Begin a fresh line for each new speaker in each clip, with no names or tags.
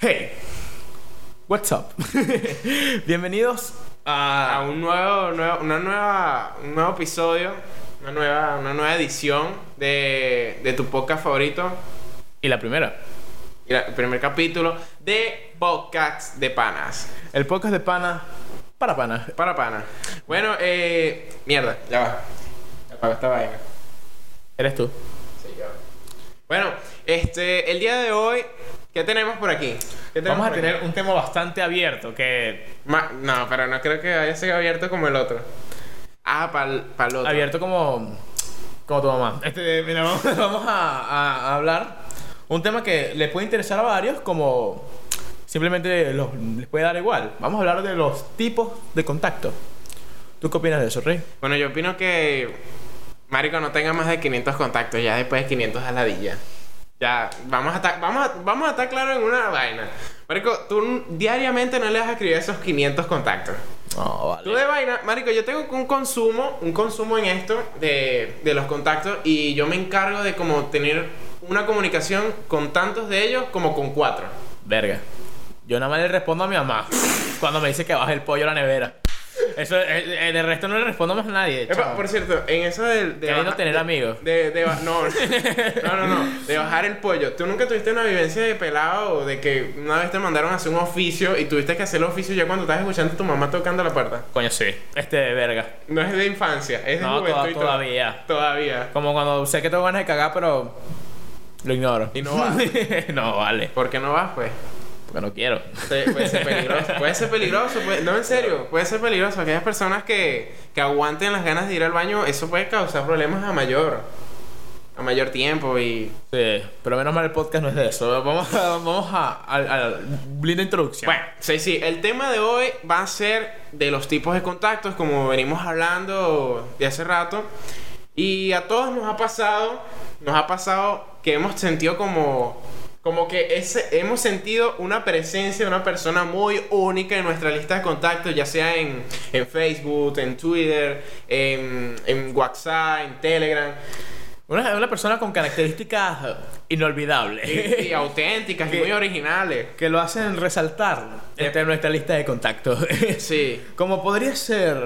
Hey, what's up? Bienvenidos
a
a
un nuevo, nuevo- una nueva, un nuevo episodio, una nueva, una nueva edición de, de tu podcast favorito,
y la primera,
y la- el primer capítulo de Podcasts de Panas.
el podcast de pana para pana.
Para panas. Bueno, eh, mierda, ya va. Apago esta vaina.
Eres tú.
Bueno, este, el día de hoy, ¿qué tenemos por aquí? ¿Qué tenemos
Vamos a
por
tener
aquí?
un tema bastante abierto que
Ma- no, pero no creo que haya sido abierto como el otro. Ah, para el otro.
abierto como como tu mamá. Este, mira, vamos, vamos a, a- a hablar un tema que le puede interesar a varios como simplemente los- les puede dar igual. Vamos a hablar de los tipos de contacto. ¿Tú qué opinas de eso, Rey?
Bueno, yo opino que Marico no tenga más de 500 contactos, ya después de 500 a la dilla. Ya, vamos a estar, vamos a, vamos a estar claro en una vaina. Marico, tú n- diariamente no le vas a escribir esos 500 contactos.
No,
Tú de vaina, Marico, yo tengo un consumo, un consumo en esto de, de los contactos y yo me encargo de como tener una comunicación con tantos de ellos como con cuatro.
Verga. Yo nada más le respondo a mi mamá cuando me dice que baje el pollo a la nevera. Eso, eh, eh, de resto no le respondo más a nadie.
Epa,
chamo.
por cierto, en eso del- de,
Queriendo
baja-
tener
de-
amigos.
De, de ba- no, no, no, no, de bajar el pollo. ¿Tú nunca tuviste una vivencia de pelado o de que una vez te mandaron a hacer un oficio y tuviste que hacer el oficio ya cuando estás escuchando a tu mamá tocando la puerta?
Coño, sí. Este, verga.
No es de infancia, es de
No,
juventud
toda-
y todo.
todavía.
Todavía.
Como cuando sé que tengo ganas de cagar, pero lo ignoro.
Y no va.
no vale.
¿Por qué no vas, pues?
Porque no quiero.
Te- Puede ser peligroso. Puede ser peligroso. puede- No, en serio. Puede ser peligroso. Aquellas personas que, que aguanten las ganas de ir al baño, eso puede causar problemas a mayor. A mayor tiempo y...
Sí, pero menos mal el podcast no es de eso. Vamos a, vamos a, a, a linda introducción.
Bueno, sí, sí, el tema de hoy va a ser de los tipos de contactos, como venimos hablando de hace rato. Y a todos nos ha pasado, nos ha pasado que hemos sentido como, como que ese, hemos sentido una presencia de una persona muy única en nuestra lista de contactos, ya sea en, en Facebook, en Twitter, en, en WhatsApp, en Telegram,
una, una persona con características
y, y
inolvidables.
auténticas y
Que-
muy originales.
que lo hacen resaltar
Eh.
entre nuestra lista de contactos.
Sí.
Como podría ser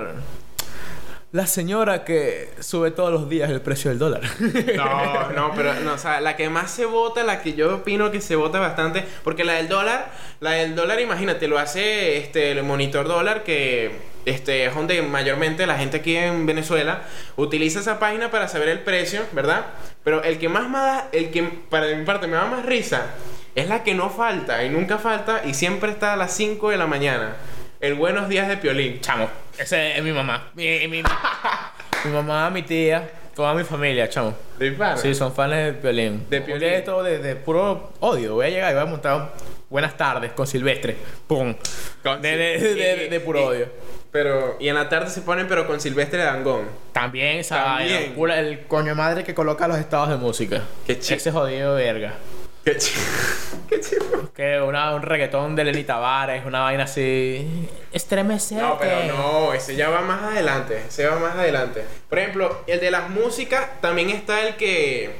la señora que sube todos los días el precio del dólar.
No, no, pero no, o sea, la que más se vota, la que yo opino que se vota bastante, porque la del dólar, la del dólar, imagínate, lo hace este el monitor dólar que este es donde mayormente la gente aquí en Venezuela utiliza esa página para saber el precio, ¿verdad? Pero el que más me da, el que para mi parte me da más risa es la que no falta y nunca falta y siempre está a las 5 de la mañana. El buenos días de Piolín.
Chamo, esa es mi mamá. Mi, mi- mi mamá, mi tía, toda mi familia, chamo.
De pana.
Sí, son fans de Piolín.
De
Un
Piolín.
día esto de, de puro odio. Voy a llegar y voy a montar un buenas tardes con Silvestre. ¡Pum!
Con-
de, de- de- de- de puro
Ah, y-
odio.
Pero, y en la tarde se ponen, pero con Silvestre Dangón.
También, esa
También.
vaina, pura- el coño de madre que coloca los estados de música.
Qué chi-
Ese jodido verga.
Qué chido. Qué chido.
Que una, un reggaetón de Lenny Tavares, una vaina así. Estremecete.
No, pero no, ese ya va más adelante. Ese va más adelante. Por ejemplo, el de las músicas también está el que.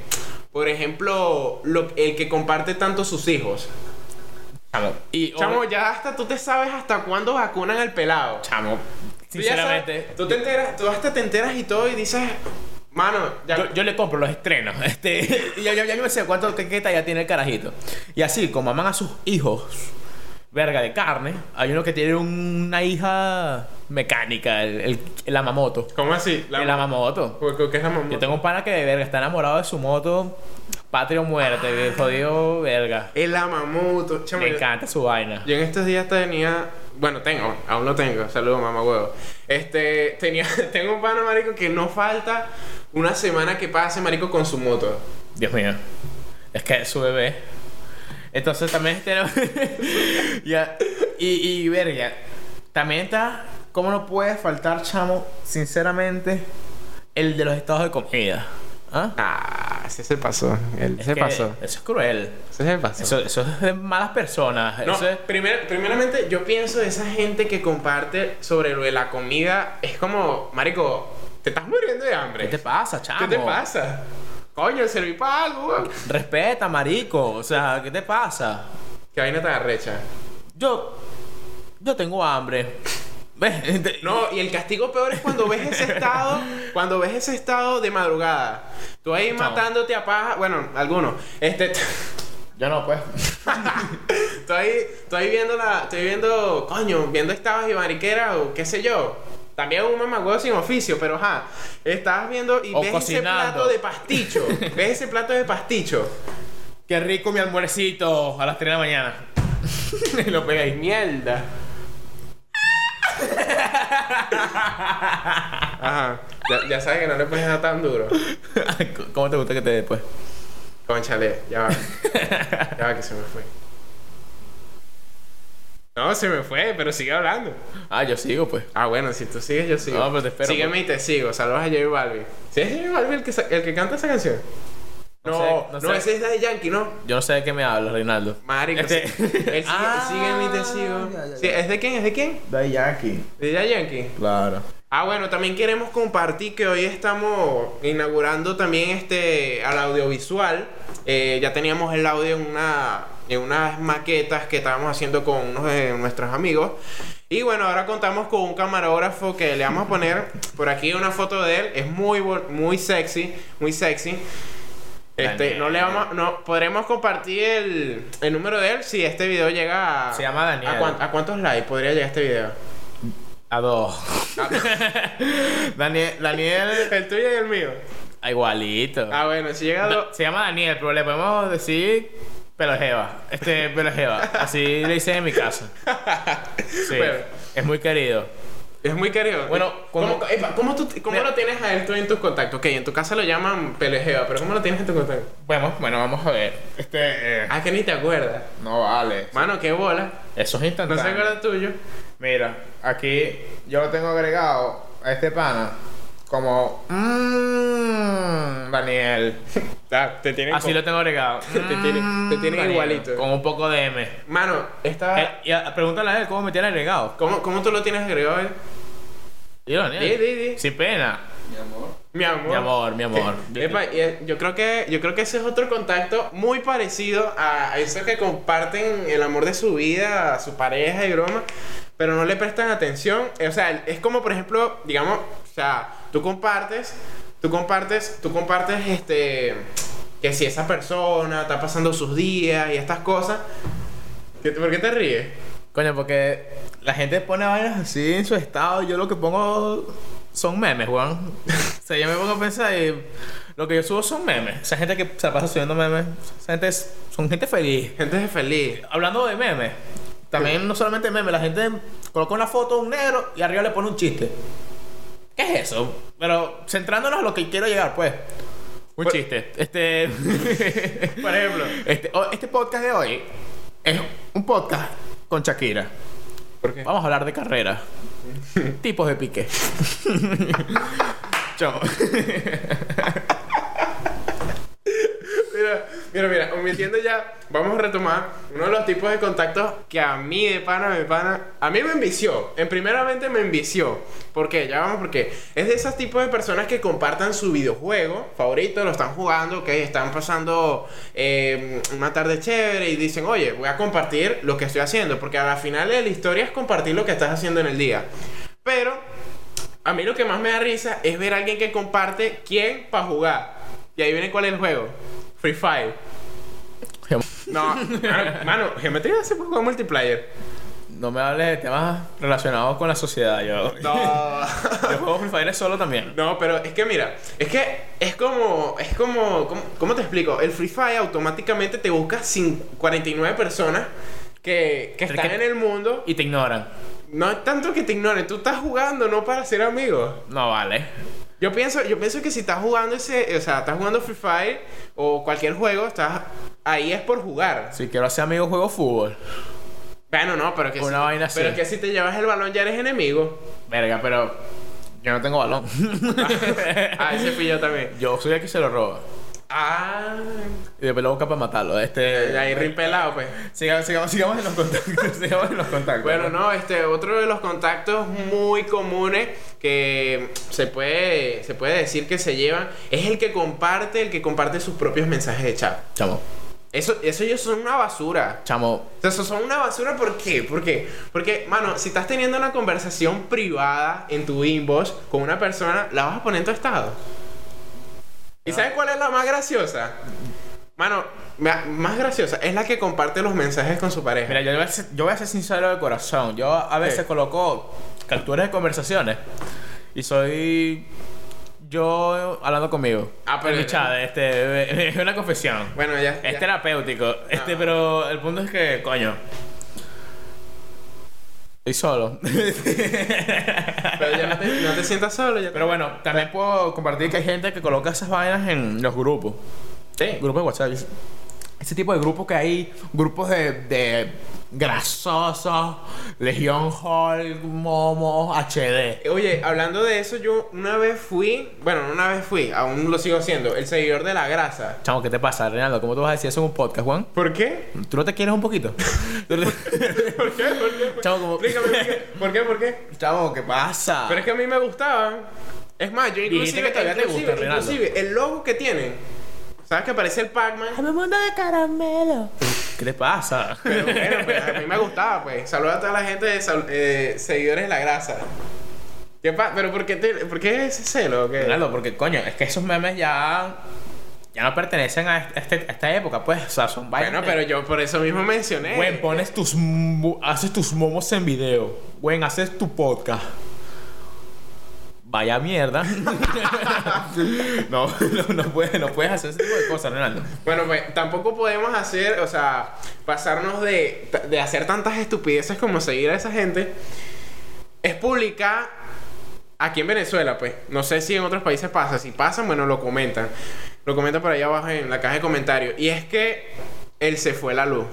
Por ejemplo, lo- el que comparte tanto sus hijos.
Chamo. Y,
Chamo, ya hasta tú te sabes hasta cuándo vacunan al pelado.
Chamo,
Tú ya sabes-
sinceramente.
tú te enteras, tú hasta te enteras y todo y dices. Mano, ya.
Yo, yo le compro los estrenos. Este, y ya, ya, ya yo me sé cuánto qué, qué talla tiene el carajito. Y así, como aman a sus hijos, verga de carne, hay uno que tiene una hija mecánica, el, el, el Amamoto.
¿Cómo así?
el
La
Amamoto.
¿Qué es la mamá?
Yo tengo un pana que de verga está enamorado de su moto, patria o muerte, que jodido verga.
El amamuto. Chamo,
Me
yo-
encanta su vaina.
Yo en estos días tenía, bueno, tengo, aún lo tengo, saludos mamá huevo. Este, tenía, tengo un pana, marico, que no falta una semana que pase, marico, con su moto.
Dios mío. Es que es su bebé. Entonces también tenemos. Ya, Y, y verga. También está. ¿Cómo no puede faltar, chamo? Sinceramente, el de los estados de comida. ¿Ah?
Ah, ese se pasó, él
Es que Eso es cruel.
ese se pasó.
Eso, eso es de malas personas.
no,
Eso es-
primer- primeramente yo pienso de esa gente que comparte sobre lo de la comida, es como, marico, te estás muriendo de hambre.
¿Qué te pasa, chamo?
¿Qué te pasa? Coño, serví para algo. weón.
Respeta, marico. O sea, ¿qué te pasa?
Qué vaina tan arrecha.
Yo. Yo tengo hambre. ¿Ves? Te-
No, y el castigo peor es cuando ves ese estado, cuando ves ese estado de madrugada. Tú ahí
Chamo.
matándote a paja, bueno, algunos. Este
Yo no, pues.
Estoy, estoy viendo la. Estoy viendo. Coño, viendo estabas y mariquera o qué sé yo. También un mamagüeo sin oficio, pero ajá. Estabas viendo y
O
ves ese
cocinando.
plato de pasticho. ves ese plato de pasticho.
Qué rico mi almuercito a las 3 de la mañana.
Y lo pegáis, mierda. Ajá. Ya, ya sabes que no le puedes dar tan duro.
¿Cómo te gusta que te dé pues? después?
Conchale, ya va. Ya va que se me fue. No, se me fue, pero sigue hablando.
Ah, yo sigo, pues.
Ah, bueno, si tú sigues, yo sigo.
No, pero te espero, pues.
Sígueme y te sigo. Saludos a J Balvin. ¿Sí es J Balvin el que, sa- el que canta esa canción?
No
No,
sé, no
no,
sé.
ese es Daddy Yankee, ¿no?
Yo no sé de qué me hablas, Reinaldo.
Marico,
Este-
sí. Él sigue,
Ah,
sígueme y te sigo.
ya, ya,
Sí, ¿Es de quién? ¿Es de quién?
Dai Yankee.
De Daddy Yankee.
Claro.
Ah, bueno, también queremos compartir que hoy estamos inaugurando también este al audiovisual. Eh, ya teníamos el audio en una en unas maquetas que estábamos haciendo con unos de nuestros amigos. Y bueno, ahora contamos con un camarógrafo que le vamos a poner por aquí una foto de él. Es muy bu- muy sexy, muy sexy. Este,
Daniel.
no le vamos, no podremos compartir el, el número de él si este video llega a,
Se llama Daniel.
¿a, cuán- a cuántos likes podría llegar este video.
A dos. Daniel, Daniel.
El tuyo y el mío.
Ah, Igualito.
Ah, bueno, si llega a dos-
Da- Se llama Daniel, pero le podemos decir Pelojeva. Este, Pelojeva. Así le dicen en mi casa. Sí.
Bueno.
Es muy querido.
Es muy querido.
Bueno,
¿cómo,
cuando-
epa, ¿cómo, tú- cómo
Mira.
lo tienes a él tú en tus contactos? Ok, en tu casa lo llaman pelejeo, pero ¿cómo lo tienes en tu contacto?
Bueno, bueno, vamos a ver. Este, eh,
Ah, que ni te acuerdas.
no vale.
Mano, qué bola.
Eso es
No se
instantáneo.
acuerda tuyo.
Mira, aquí yo lo tengo agregado a este pana como mmm, Daniel.
Ah, te tienen
Así lo tengo agregado. Mm,
Te tienen- te tienen
Daniel,
igualito.
Con un poco de M.
Mano, esta...
Eh, y a- pregúntale a él cómo me tiene agregado.
¿Cómo, ¿Cómo tú lo tienes agregado a él?
Dilo, Daniel.
Di, di, di.
Sin pena.
Mi amor.
Mi amor.
Mi amor, mi amor.
Que- epa, y, eh, yo creo que yo creo que ese es otro contacto muy parecido a esos que comparten el amor de su vida, a su pareja y broma, pero no le prestan atención. Eh, O sea, es como por ejemplo, digamos, o sea, tú compartes, tú compartes, tú compartes este que si esa persona está pasando sus días y estas cosas, ¿qué- ¿por qué te ríes?
Coño, porque la gente pone vainas así en su estado. Yo lo que pongo son memes, weón. o sea, yo me pongo a pensar y lo que yo subo son memes. Esa gente que se la pasa subiendo memes, esa gente es- son gente feliz.
Gente es feliz.
Hablando de memes, también no solamente memes, la gente coloca una foto de un negro y arriba le pone un chiste. ¿Qué es eso? Pero centrándonos a lo que quiero llegar, pues. Un
Por-
chiste. Este.
Por ejemplo,
este, o- este podcast de hoy es un podcast con Shakira.
¿por qué?
Vamos a hablar de carrera. Tipos de pique. Chamo.
Mira, mira, mira, omitiendo ya, vamos a retomar uno de los tipos de contactos que a mí de pana, de pana, a mí me envició. En primeramente me envició. ¿Por qué? Ya vamos, porque es de esos tipos de personas que compartan su videojuego favorito, lo están jugando, que están pasando eh, una tarde chévere y dicen, oye, voy a compartir lo que estoy haciendo, porque a la final de la historia es compartir lo que estás haciendo en el día. Pero a mí lo que más me da risa es ver a alguien que comparte quién para jugar. Y ahí viene cuál es el juego. Free Fire.
Gem-
No, mano, mano Geometry Dash se puede jugar multiplayer.
No me hables de temas relacionados con la sociedad. Yo,
No.
yo juego Free Fire solo también.
No, pero es que mira, es que es como, es como, ¿cómo, cómo te explico? El Free Fire automáticamente te busca cin- 49 personas que, que
Pero
están
que-
en el mundo.
Y te ignoran.
No es tanto que te ignoren, tú estás jugando no para ser amigos.
No vale.
Yo pienso, yo pienso que si estás jugando ese, o sea, estás jugando Free Fire o cualquier juego, estás ahí es por jugar.
Si quiero hacer amigos, juego fútbol.
Bueno, no, pero que
Una
si,
vaina así.
pero que si te llevas el balón ya eres enemigo.
Verga, pero yo no tengo balón.
Ah, ese fui yo también.
yo soy el que se lo roba.
Ah,
Y después lo busca para matarlo. Este,
ahí rimpelado, pues.
Sigamos, sigamos, sigamos en los contactos. sigamos en los contactos.
Bueno, no, este, otro de los contactos muy comunes que se puede, se puede decir que se llevan es el que comparte, el que comparte sus propios mensajes de chat.
Chamo.
Eso, eso ellos son una basura.
Chamo,
O sea, eso son una basura, ¿por qué? ¿Por qué? Porque, mano, si estás teniendo una conversación privada en tu inbox con una persona, la vas a poner en tu estado. ¿Y
Ah.
sabes cuál es la más graciosa? Mano, ma- más graciosa es la que comparte los mensajes con su pareja.
mira, yo voy a ser, yo voy a ser sincero de corazón. Yo a veces
Sí.
coloco capturas de conversaciones y soy yo hablando conmigo.
Ah, pero-
En mi chat, este, es una confesión.
bueno, ya.
Es
ya. Ah.
terapéutico. Este, pero el punto es que, coño. Estoy solo.
Pero ya no te, no te sientas solo. Ya te-
Pero bueno, también puedo compartir que hay gente que coloca esas vainas en los grupos.
Sí.
Grupos de WhatsApp. Ese- Ese tipo de grupos que hay, grupos de, de grasosos, Legión Hall, Momo, HD.
Oye, hablando de eso, yo una vez fui, bueno, no una vez fui, aún lo sigo haciendo, el seguidor de la grasa.
Chamo, ¿qué te pasa, Reinaldo? ¿Cómo tú vas a decir eso en un podcast, Juan?
¿Por qué?
¿Tú no te quieres un poquito? ¿Tú no te-
¿Por qué? ¿Por qué?
Chamo, como-
Explícame, ¿por qué? ¿Por qué? ¿Por qué?
Chamo, ¿qué pasa?
Pero es que a mí me gustaban. Es más, yo
Dijiste
inclusive,
que todavía te
inclusive-
gustan, Reinaldo.
inclusive, el logo que tienen. ¿Sabes que aparece el Pac-Man?
Dame un mundo de caramelo. ¿Qué te pasa?
Pero bueno, pues, a mí me gustaba, pues. Saludos a toda la gente de sal- eh, seguidores de la grasa. ¿Qué pa- ¿Pero por qué, te- por qué ese celo? o qué?
Claro, porque coño, es que esos memes ya. Ya no pertenecen a, este- a esta época, pues. O sea, son vainas.
Bueno, pero yo por eso mismo mencioné.
Güey, pones tus. mo- Haces tus momos en video. Güey, haces tu podcast. Vaya mierda. no, no, no puedes, no puedes hacer ese tipo de cosas, Ronaldo.
Bueno, pues tampoco podemos hacer, o sea, pasarnos de, de hacer tantas estupideces como seguir a esa gente. Es publicar aquí en Venezuela, pues. No sé si en otros países pasa. Si pasan, bueno, lo comentan. Lo comentan por allá abajo en la caja de comentarios. Y es que él se fue la luz.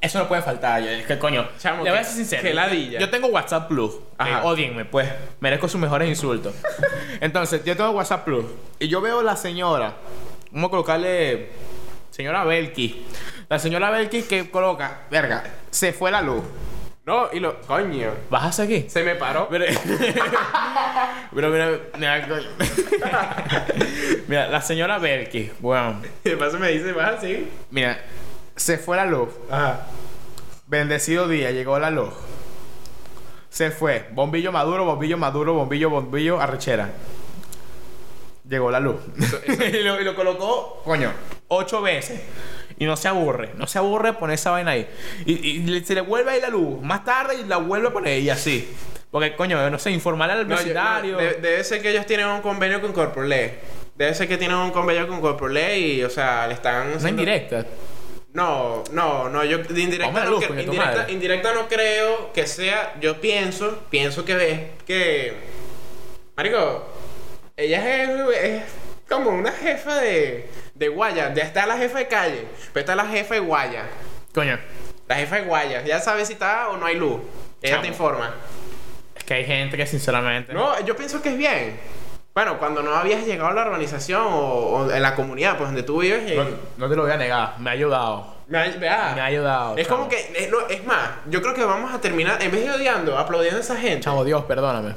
Eso no puede faltar. yo- Es que coño.
Chamo,
le voy a
que-
ser sincero.
que ladilla.
Yo tengo WhatsApp Plus.
Ajá.
Eh, odienme, pues. Merezco sus mejores insultos. Entonces, yo tengo WhatsApp Plus. Y yo veo la señora. Vamos a colocarle. Señora Belki. La señora Belki que coloca. Verga. Se fue la luz.
No, y lo. Coño.
¿Vas a aquí?
Se me paró.
Pero, pero mira, mira, coño. mira, la señora Belki, bueno,
Y de paso me dice, ¿vas así?
mira, se fue la luz,
Ajá.
Bendecido día, llegó la luz. Se fue. Bombillo maduro, bombillo maduro, bombillo, bombillo, arrechera. Llegó la luz. y, lo, y lo colocó, coño, ocho veces. Y no se aburre, no se aburre de poner esa vaina ahí. Y, y le- se le vuelve ahí la luz. Más tarde y la vuelve a poner y así. Porque, coño, no sé, informar al
No, yo-
vecindario.
no, de- debe ser que ellos tienen un convenio con Corprolé. Debe ser que tienen un convenio con Corprolé y, o sea, le están.
No en
haciendo-
directa.
No, no, no, yo de
Vamos a
indirecta,
la
no,
luz,
cre-
coño, tu
indirecta-
madre.
indirecta no creo que sea, yo pienso, pienso que es que Marico, ella es, es como una jefa de, de guaya, ya está la jefa de calle, pero está la jefa de guaya,
Coño,
la jefa de guaya, ya sabe si está o no hay luz, ella
Chamo.
te informa.
es que hay gente que sinceramente.
No, yo pienso que es bien. Bueno, cuando no habías llegado a la urbanización o, o en la comunidad, pues donde tú vives, y-
No, no te lo voy a negar, me ha ayudado.
me ha- vea.
Me ha ayudado.
Es
chamo.
como que, eh, no, es más, yo creo que vamos a terminar, en vez de odiando, aplaudiendo a esa gente.
Chamo, Dios, perdóname.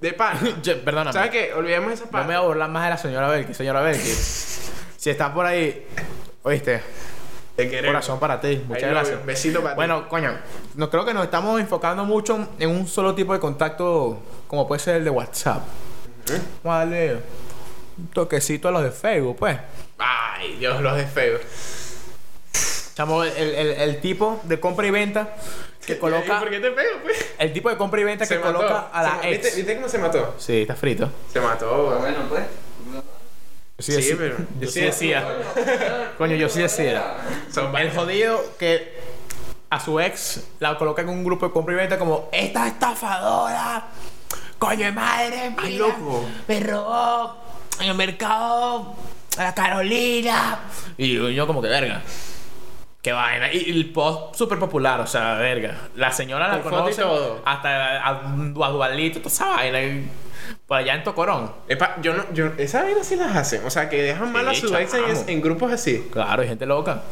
De pan.
Yo- perdóname.
¿Sabes qué? Olvidemos esa
No
parte.
me voy a burlar más de la señora Belki. Señora Belki, si estás por ahí, oíste,
Te queremos.
corazón para ti. Muchas
I love
gracias.
you. Besito para ti.
Bueno, coño, no creo que nos estamos enfocando mucho en un solo tipo de contacto como puede ser el de WhatsApp.
¿Mm?
Vamos a darle un toquecito a los de Facebook, pues.
Ay, Dios, los de feo.
Chamo, el, el- el tipo de compra y venta que
¿Y
coloca.
¿Por qué te pego, pues?
El tipo de compra y venta que coloca a la
Se-
ex.
¿Viste, viste cómo se mató?
Sí, está frito.
Se mató. güey.
Bueno, pues.
Sí,
Sí,
sí,
pero-
Yo sí decía. Coño, yo sí decía.
Son
El jodido que a su ex la coloca en un grupo de compra y venta como esta estafadora. Coño de madre, mira,
Ay, loco.
Me robó en el mercado a la Carolina. Y yo, yo como que verga. Qué vaina. Y y el post súper popular, o sea, verga. La señora la
Con foto y
conoce
todo.
hasta a, a, a Dualito, toda esa vaina. y- Por allá en Tocorón.
Epa, yo no, yo, esas vainas sí las hacen. O sea, que dejan mal a
Sí,
su ex en,
chamo.
en grupos así.
Claro, hay gente loca.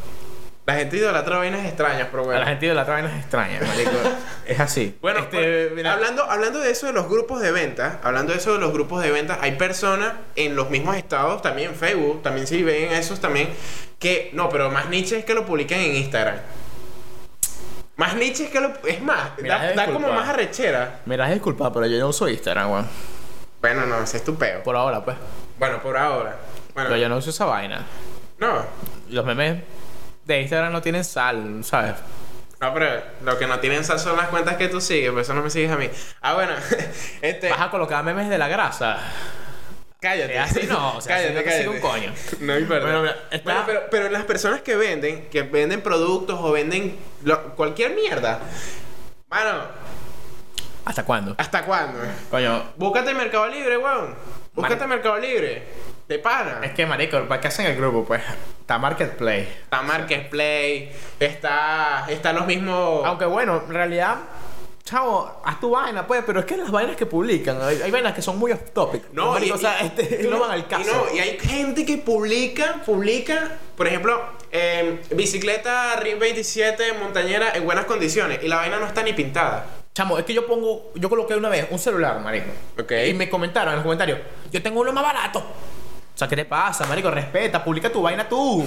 La gente idolatra vainas extrañas, pero
A
bueno.
la gente de la vaina es extraña, marico. es así.
Bueno,
Este,
pues,
mira,
hablando, hablando de eso de los grupos de ventas, hablando de eso de los grupos de ventas, hay personas en los mismos estados, también en Facebook, también si ven esos también, que no, pero más niche es que lo publican en Instagram. Más niche es que lo. Es más,
Mira,
da,
es
da como
disculpa.
más arrechera.
Me las disculpas, pero yo no uso Instagram, weón.
Bueno, no, ese es tu peo.
Por ahora, pues.
Bueno, por ahora.
Pero
Bueno,
yo no uso esa vaina.
no.
Los memes de Instagram no tienen sal, ¿sabes?
No, pero lo que no tienen sal son las cuentas que tú sigues, por eso no me sigues a mí. Ah, bueno, este.
Vas a colocar memes de la grasa.
Cállate.
Así no, o sea, así no te sigue un coño.
No importa.
Bueno, mira, está-
Bueno, pero, pero las personas que venden, que venden productos o venden lo- cualquier mierda. Mano,
¿Hasta cuándo?
¿hasta cuándo?
Coño,
Búscate Mercado Libre, weón. Búscate Mercado Libre. De pana.
es que marico, ¿para qué hacen el grupo? Pues está Marketplace.
Está Marketplace, está, está los mismos...
Aunque bueno, en realidad, chavo, haz tu vaina, pues, pero es que las vainas que publican, hay, hay vainas que son muy off topic. marico, o sea, este,
tú
no van al caso.
Y, no, y hay gente que publica, publica, por ejemplo, eh, bicicleta RIM 27 montañera en buenas condiciones y la vaina no está ni pintada.
Chamo, es que yo pongo, yo coloqué una vez un celular, marico.
Ok.
Y me comentaron en los comentarios, yo tengo uno más barato. O sea, ¿qué te pasa, marico? Respeta, publica tu vaina tú.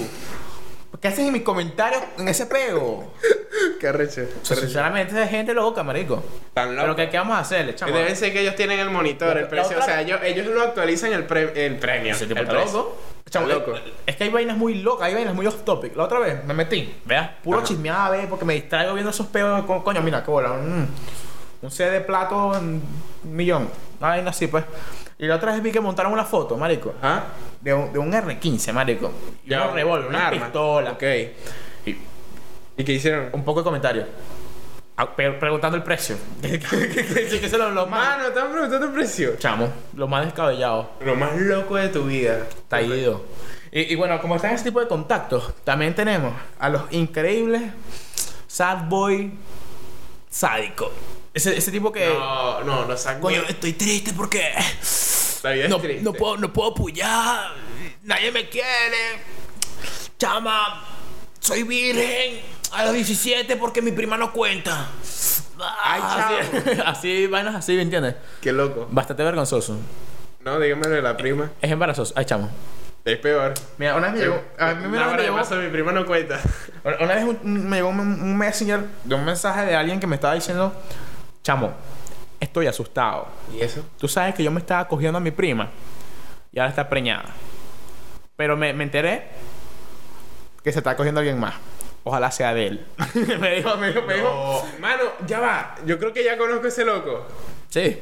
¿Qué haces en mis comentarios en ese pego?
Qué reche.
O sea, sinceramente, es gente loca, marico.
Tan loco.
Pero, ¿qué, qué vamos a hacerle, chamo?
Debe ser que ellos tienen el monitor,
La-
el precio.
la otra-
O sea, ellos, ellos lo actualizan el, pre- el premio.
Ese tipo
el
está
precio.
loco. Chamo,
Está loco.
eh, Es que hay vainas muy locas, hay vainas muy off topic. La otra vez me metí, veas, puro
Ajá.
chismeada, ve, porque me distraigo viendo esos peos. co- Coño, mira, qué bola. mm. Un set de plato, un millón. Una vaina así, pues. Y la otra vez vi que montaron una foto, marico.
¿Ah?
De un, de un R15, marico. Y un revólver, una pistola.
Ok.
Y
¿Y qué hicieron?
un poco de comentarios. Ah, pe- Preguntando el precio. que se lo, lo más.
Mano, están preguntando el precio.
Chamo, lo más descabellado.
Lo más loco de tu vida.
Está ido. Y, y bueno, como están ese tipo de contactos, también tenemos a los increíbles Sad Boy Sádico. Ese, ese tipo que.
No, no, lo saco.
Coño, estoy triste porque.
La vida es
No,
triste.
no puedo, no puedo puyar. Nadie me quiere. Chama, soy virgen a los 17 porque mi prima no cuenta.
Ay,
así, así, vainas así, ¿me entiendes?
Qué loco.
Bastante vergonzoso.
No, dígamelo de la prima.
Es embarazoso. Ay, chamo.
Es peor.
Mira, una vez me llegó. A mí una vez
No,
me
pero
llegó-
además mi prima no cuenta.
Una una vez un- un- me llegó un, un messenger de un mensaje de alguien que me estaba diciendo, chamo, estoy asustado.
¿Y eso?
Tú sabes que yo me estaba cogiendo a mi prima y ahora está preñada. Pero me, me enteré que se está cogiendo a alguien más. Ojalá sea de él. me dijo, me dijo, me dijo.
No. Mano, ya va. Yo creo que ya conozco a ese loco.
Sí.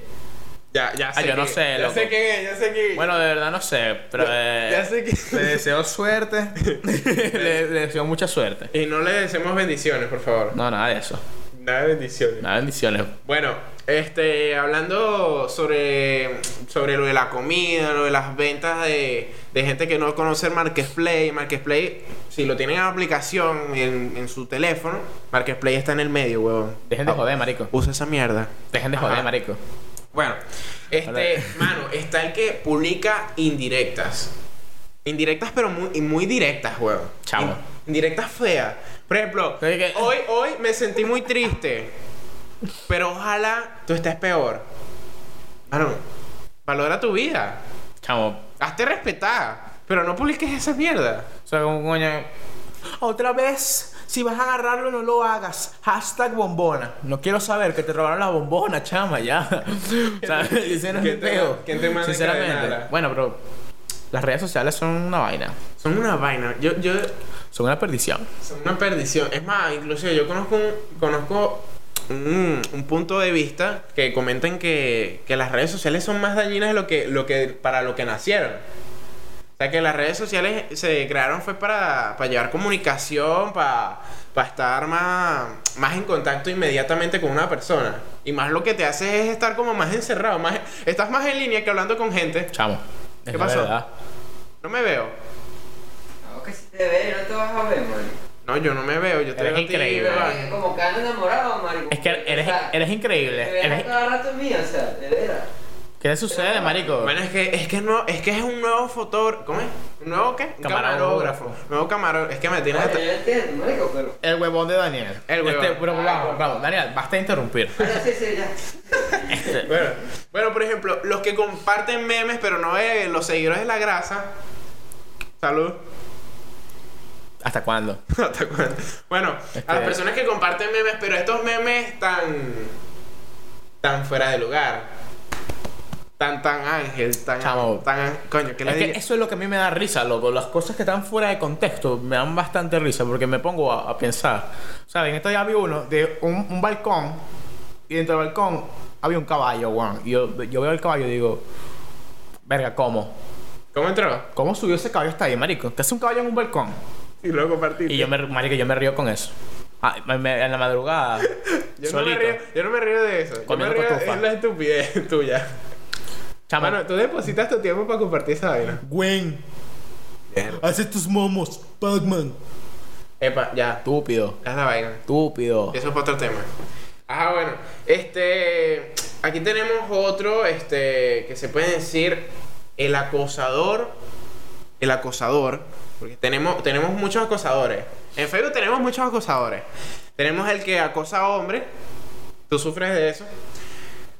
Ya, ya sé.
Ah, yo no
quién-
sé,
Ya
loco.
sé quién es, ya sé quién es.
Bueno, de verdad no sé, pero... eh,
ya sé que.
Le deseo suerte. le, le deseo mucha suerte.
Y no le deseemos bendiciones, por favor.
No, nada de eso.
Nada de bendiciones.
Nada, bendiciones.
Bueno, este, hablando sobre, sobre lo de la comida, lo de las ventas de, de gente que no conoce Marketplace. Marketplace, si lo tienen en aplicación en, en su teléfono, Marketplace está en el medio, huevón. Ah,
Dejen de joder, marico.
Usa esa mierda.
Dejen de joder,
Ajá.
marico.
Bueno, este,
Hola.
mano, está el que publica indirectas. Indirectas, pero muy, y muy directas, weón.
Chamo.
In- Indirectas feas. Por ejemplo,
Oye, que-
hoy, hoy me sentí muy triste. Pero ojalá tú estés peor. Mano, valora tu vida.
Chamo,
Hazte respetar. Pero no publiques esa mierda.
O sea, como coño. Otra vez, si vas a agarrarlo, no lo hagas. Hashtag bombona. No quiero saber que te robaron la bombona, chama, ya. o sea, ese no es mi
¿Quién te-
peo.
quién te manda
Sinceramente.
encadenada?
Bueno, pero las redes sociales son una vaina.
Son una vaina. Yo, yo,
Son una perdición.
Son una perdición. Es más, inclusive yo conozco un, conozco un, un punto de vista que comentan que, que las redes sociales son más dañinas de lo que, lo que, para lo que nacieron. O sea, que las redes sociales se crearon fue para, para llevar comunicación, para, para estar más, más en contacto inmediatamente con una persona. Y más lo que te hace es estar como más encerrado, más, estás más en línea que hablando con gente.
Chamo. es
¿Qué
la
pasó?
verdad.
No me veo.
No, que si te ve, no te vas a ver, marico.
No, yo no me veo. Yo te
Eres
veo a ti,
increíble.
¿verdad?
Marico, Como que ando enamorado, marico.
Es que eres, eres
Te
increíble.
ves a
Eres-
cada rato mío, o sea, de veras.
¿Qué ¿Qué le sucede, marico?
Bueno, es que es que no, es que es un nuevo fotógrafo. ¿Cómo es? ¿Un nuevo qué? Un
Camarógrafo.
Nuevo camarógrafo. Es que me tienes
Bueno,
hasta-
yo entiendo, marico, pero...
El huevón de Daniel.
El huevón.
Este, pero vamos, vamos, Daniel, basta de interrumpir. Este,
Ah, sí, sí, ya.
Bueno, bueno, por ejemplo, los que comparten memes, pero no eh, los seguidores de la grasa. Salud.
¿Hasta cuándo?
¿Hasta cuándo? Bueno,
Este-
a las personas que comparten memes, pero estos memes tan. tan fuera de lugar. Tan, tan ángel, tan.
Chamo.
Tan, an- coño, ¿qué
Es
les
que
dije?
eso es lo que a mí me da risa, loco. Las cosas que están fuera de contexto me dan bastante risa porque me pongo a, a pensar. ¿Saben? Esto ya vi uno de un, un balcón y dentro del balcón había un caballo, weón. Y yo, yo veo el caballo y digo, verga, ¿cómo?
¿Cómo entró?
¿Cómo subió ese caballo hasta ahí, marico? ¿Qué hace un caballo en un balcón?
Y luego compartiste.
Y yo me, marico, yo me río con eso. Ah, me- me- en la madrugada.
Yo no, me
solito.
río, yo no me río de eso. Yo me
Comiendo
río
cotufa.
es la estupidez tuya.
Chamo,
Bueno, tú depositas tu tiempo para compartir esa vaina.
Gwen, haces tus momos, Pac-Man.
Epa, ya.
Estúpido,
Haz la vaina.
estúpido.
Eso es para otro tema. Ah, bueno. Este. Aquí tenemos otro, este. Que se puede decir. El acosador. El acosador. Porque tenemos, tenemos muchos acosadores. En Facebook tenemos muchos acosadores. Tenemos el que acosa a hombre. Tú sufres de eso.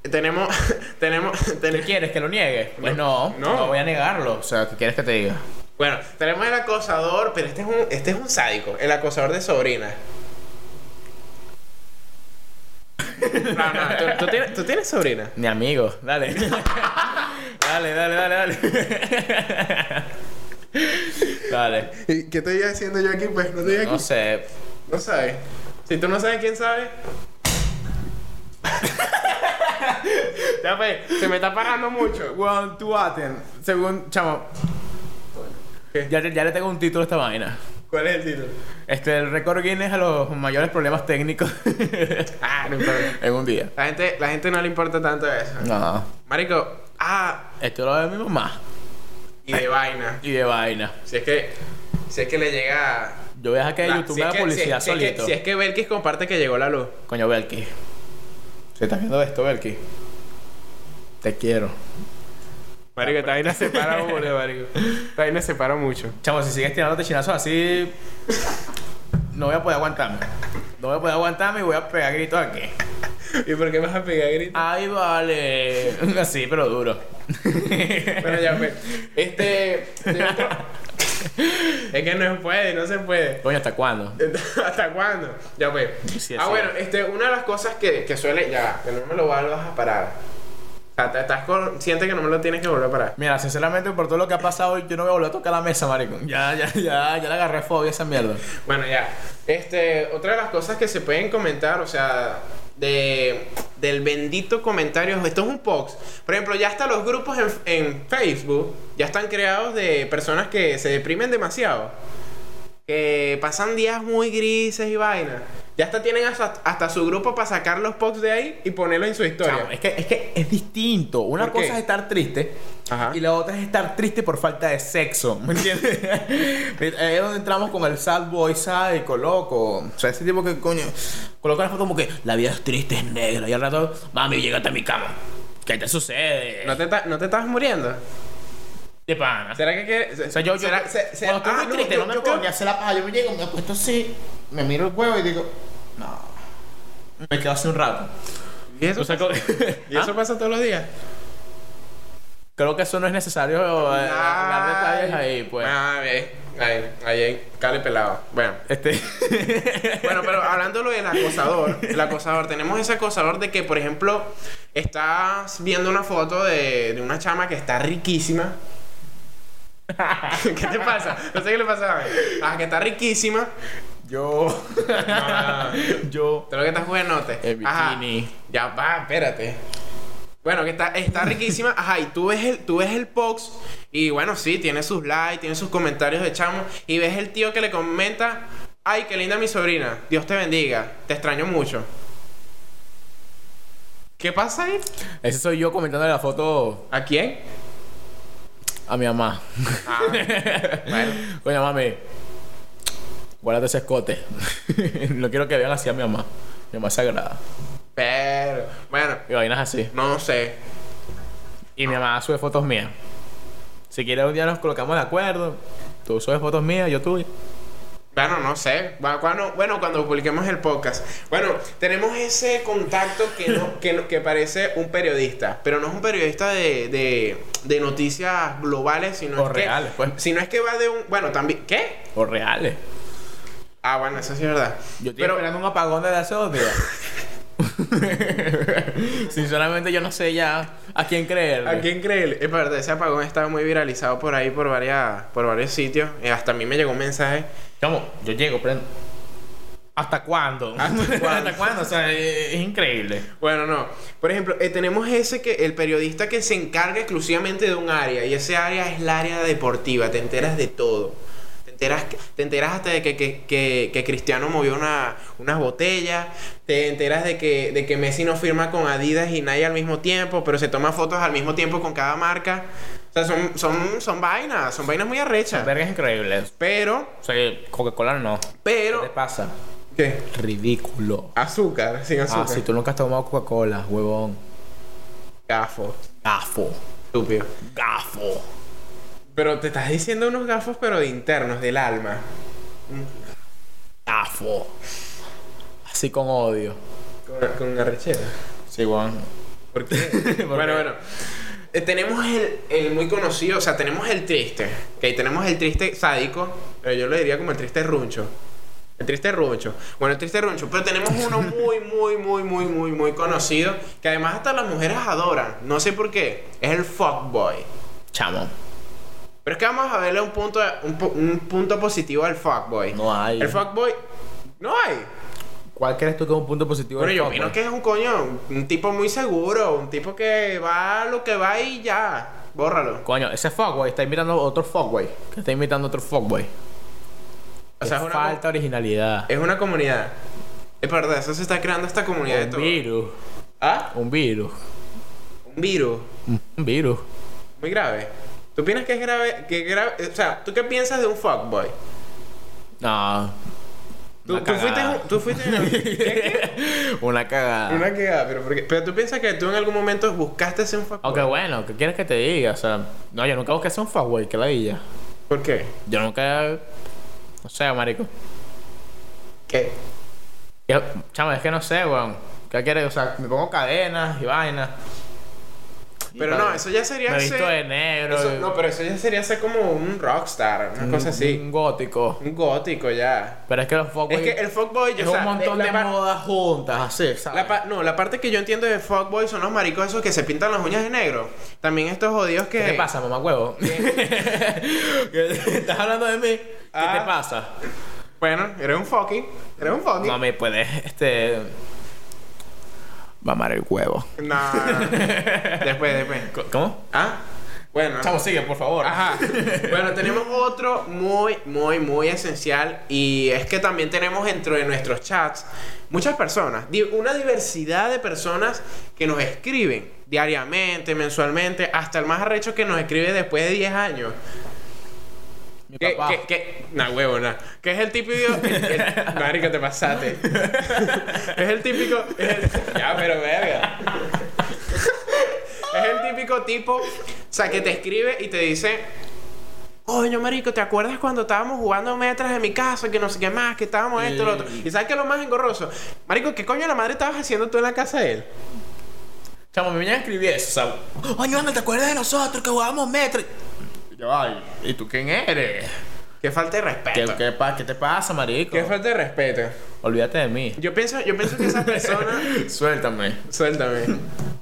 Tenemos. tenemos.
¿Qué
tenemos
quieres? ¿Que lo niegue? Pues no, no,
No.
voy a negarlo. O sea, ¿qué quieres que te diga?
Bueno, tenemos el acosador, pero este es un, este es un sádico, el acosador de sobrinas. No, no, tú, tú tienes, tú tienes sobrina.
Mi amigo, dale. dale, dale, dale, dale. dale.
¿Y qué te iba diciendo yo aquí? Pues no te iba
No sé.
No sabes. Si tú no sabes quién sabe. ya pues, se me está parando mucho.
One, two, aten. Según, chamo.
¿Qué?
Ya, te- ya le tengo un título a esta vaina.
¿Cuál es el título?
Este, el récord Guinness a los mayores problemas técnicos
Ah, no importa.
en un día.
La gente, la gente no le importa tanto eso.
No.
Marico, ah,
Esto lo de mi mamá.
y de vaina.
Y de vaina.
Si es que, si es que le llega
Yo voy a dejar que
La-
YouTube me
si es
haga
que-
publicidad
si es- si es que-
solito.
Si es que Belkis comparte que llegó la luz.
Coño, Belki. Si estás viendo esto, Belki. Te quiero.
Marico, esta vaina se para mucho, marico. Esta vaina se para mucho.
Chamo, si sigues tirándote chinazos así. No voy a poder aguantarme. No voy a poder aguantarme y voy a pegar gritos aquí.
¿Y por qué vas a pegar grito?
Ay, vale. Así, pero duro.
Bueno, ya pues. Este... de otro- es que no se puede, no se puede.
Coño, ¿hasta cuándo?
¿Hasta cuándo? Ya pues.
Sí,
ah,
sí.
bueno, este, una de las cosas que, que suele... Ya, va, que no me lo vuelvas a parar. O sea, te- estás consciente que no me lo tienes que volver a parar.
Mira, sinceramente, por todo lo que ha pasado, yo no voy a volver a tocar la mesa, marico. Ya, ya, ya, ya le agarré fobia a esa mierda.
Bueno, ya. Este, otra de las cosas que se pueden comentar, o sea, de, del bendito comentario, esto es un pox. Por ejemplo, ya hasta los grupos en, en Facebook ya están creados de personas que se deprimen demasiado. Que pasan días muy grises y vainas. Ya hasta tienen hasta, hasta su grupo para sacar los pox de ahí y ponerlo en su historia.
Chamo, es que, es que es distinto. Una
¿Por qué?
cosa es estar triste
Ajá.
y la otra es estar triste por falta de sexo. ¿Me entiendes? Ahí es donde entramos con el sad boy psycho, loco. O sea, ese tipo que coño. Coloca la foto como que la vida es triste, es negra. Y al rato, mami, llegate a mi cama. ¿Qué te sucede?
¿No, te ta- ¿No te estás muriendo?
De pana.
¿Será que quieres?
O sea, yo, yo
¿Será- se- se-
cuando estoy
ah,
muy triste,
yo-
no me
yo
puedo
creo-
ni hacer la paja. Yo me llego, me acuesto así, me miro el huevo y digo, no. Me quedo hace un rato. ¿Ah?
¿Y eso,
O sea, co-
¿Y eso pasa todos los días?
Creo que eso no es necesario eh, dar detalles ahí, pues.
Ah, bien. Ahí, ahí, ahí, cale pelado. Bueno.
Este.
Bueno, pero hablando de lo del acosador, el acosador, tenemos ese acosador de que, por ejemplo, estás viendo una foto de, de una chama que está riquísima. ¿Qué te pasa? No sé qué le pasa a mí. Ah, que está riquísima.
Yo.
Ah,
Yo.
te lo que estás jugándote.
En
Ajá.
bikini.
Ya va, espérate. Bueno, que está, está riquísima. Ajá, y tú ves el, tú ves el box y bueno, sí, tiene sus likes, tiene sus comentarios de chamo. Y ves el tío que le comenta, ay, qué linda mi sobrina. Dios te bendiga. Te extraño mucho. ¿Qué pasa ahí?
Ese soy yo comentándole la foto
¿A quién?
a mi mamá.
Ah, bueno.
Coño, mami. Guárdate ese escote. no quiero que vean así a mi mamá. Mi mamá es sagrada.
Pero, bueno,
Y vainas así.
no sé.
Y mi mamá sube fotos mías. Si quieres un día nos colocamos de acuerdo. Tú subes fotos mías, yo tuyas.
Bueno, no sé. Va- cuando- bueno, cuando publiquemos el podcast. Bueno, tenemos ese contacto que, no- que, no- que parece un periodista, pero no es un periodista de, de, de noticias globales, sino
O
es
reales,
que,
pues.
Sino es que va de un... Bueno, también... ¿Qué?
O reales.
Ah, bueno, eso sí es verdad.
Yo estoy
Pero-
esperando un apagón desde hace dos días. Sinceramente yo no sé ya a quién creer.
¿A quién creerle? Es verdad, ese apagón estaba muy viralizado por ahí, por, varias, por varios sitios. Eh, hasta a mí me llegó un mensaje.
Chamo, yo llego, prendo. ¿Hasta cuándo?
¿Hasta cuándo?
¿Hasta cuándo? O sea, es, es increíble.
Bueno, no. Por ejemplo, eh, tenemos ese que el periodista que se encarga exclusivamente de un área y ese área es la área deportiva. Te enteras de todo. Te enteras, que- te enteras hasta de que, que- que- que Cristiano movió una, unas botellas. Te enteras de que, de que Messi no firma con Adidas y Nike al mismo tiempo, pero se toma fotos al mismo tiempo con cada marca. O sea, son, son, son vainas, son vainas muy arrechas.
Verga es increíble.
Pero,
O sea, Coca-Cola no. ¿Qué te
pero...
pasa?
¿Qué?
Ridículo.
Azúcar, sin azúcar.
Ah, si tú nunca has tomado Coca-Cola, huevón.
Gafos.
Gafo.
Estúpido.
Gafo.
Pero te estás diciendo unos gafos, pero de internos, del alma.
Gafo. Así con odio.
Con, con arrechera.
Sí, huevón.
¿Por qué? bueno, bueno. Eh, tenemos el, el muy conocido, o sea, tenemos el triste. Que tenemos el triste sádico, pero yo le diría como el triste runcho. El triste runcho. Bueno, el triste runcho. Pero tenemos uno muy, muy, muy, muy, muy, muy conocido. Que además hasta las mujeres adoran. No sé por qué. Es el fuckboy.
Chamo.
Pero es que vamos a verle un punto, un, pu- un punto positivo al fuckboy.
No hay.
El fuckboy. No hay.
¿Cuál crees tú que es un punto positivo?
Bueno,
del
yo
fuckboy?
opino que es un coño, un tipo muy seguro, un tipo que va a lo que va y ya. Bórralo.
Coño, ese fuckboy está imitando a otro fuckboy. Que está imitando a otro fuckboy.
O sea, es una, Eh,
falta originalidad.
es una comunidad. Es verdad, eso se está creando esta comunidad de
Un
todo.
virus.
¿Ah?
Un virus.
Un virus.
Un virus.
Muy grave. ¿Tú piensas que es grave? Que es grave? O sea, ¿tú qué piensas de un fuckboy?
No.
¿Tú,
Una
tú fuiste...
cagada.
un- Tú fuiste ¿Qué, qué?
Una cagada.
Una queda, pero, porque, pero tú piensas que tú en algún momento buscaste ser un fuckboy.
Aunque bueno, ¿qué quieres que te diga? O sea, no, yo nunca busqué ser un fuckboy, que la villa.
¿Por qué?
Yo nunca. No sé, marico.
¿Qué?
Yo, chamo, es que no sé, weón. ¿Qué quieres? O sea, me pongo cadenas y vainas. Y
Pero no,
para-
eso ya sería
Me he
ser-
visto de negro.
Eso-
y-
no, pero eso ya sería ser como un rockstar, una
un-
cosa así.
Un gótico.
Un gótico ya.
Pero es que los fuckboys.
Es que el fuckboy, yo
es un montón de modas juntas, así, ¿sabes?
no, la parte que yo entiendo de fuckboy son los maricos esos que se pintan las uñas de negro. También estos jodidos que.
Eh. ¿Qué te pasa, mamá huevo? ¿Estás hablando de mí? ¿Qué
Ah.
te pasa?
Bueno, eres un fucking. Eres un fucking.
No me puedes, este. Mamar el huevo.
No, no, no. después, después.
¿Cómo?
Ah, bueno.
Chamo, sigue, por favor.
Ajá. Bueno, tenemos otro muy, muy, muy esencial. Y es que también tenemos dentro de nuestros chats muchas personas, di- una diversidad de personas que nos escriben diariamente, mensualmente, hasta el más arrecho que nos escribe después de 10 años.
Mi
Que,
papá.
que, que, nah, huevona. Que es el típico. el- el- marico, te pasaste. es el típico. es el- ya, pero verga. es el típico tipo. O sea, que te escribe y te dice. Coño, marico, ¿te acuerdas cuando estábamos jugando metras en mi casa? Que no sé qué más, que estábamos esto, lo otro. ¿Y sabes qué es lo más engorroso? Marico, ¿qué coño de la madre estabas haciendo tú en la casa de él?
Chamo, me venían a escribir eso, o sea, Oye, anda, ¿te acuerdas de nosotros que jugábamos metro? Y Yo, ay, ¿y tú quién eres?
Qué falta de
¿Qué,
respeto.
qué, pa- qué te pasa, marico?
Qué falta de respeto.
Olvídate de mí.
Yo pienso, yo pienso que esa persona.
Suéltame.
Suéltame.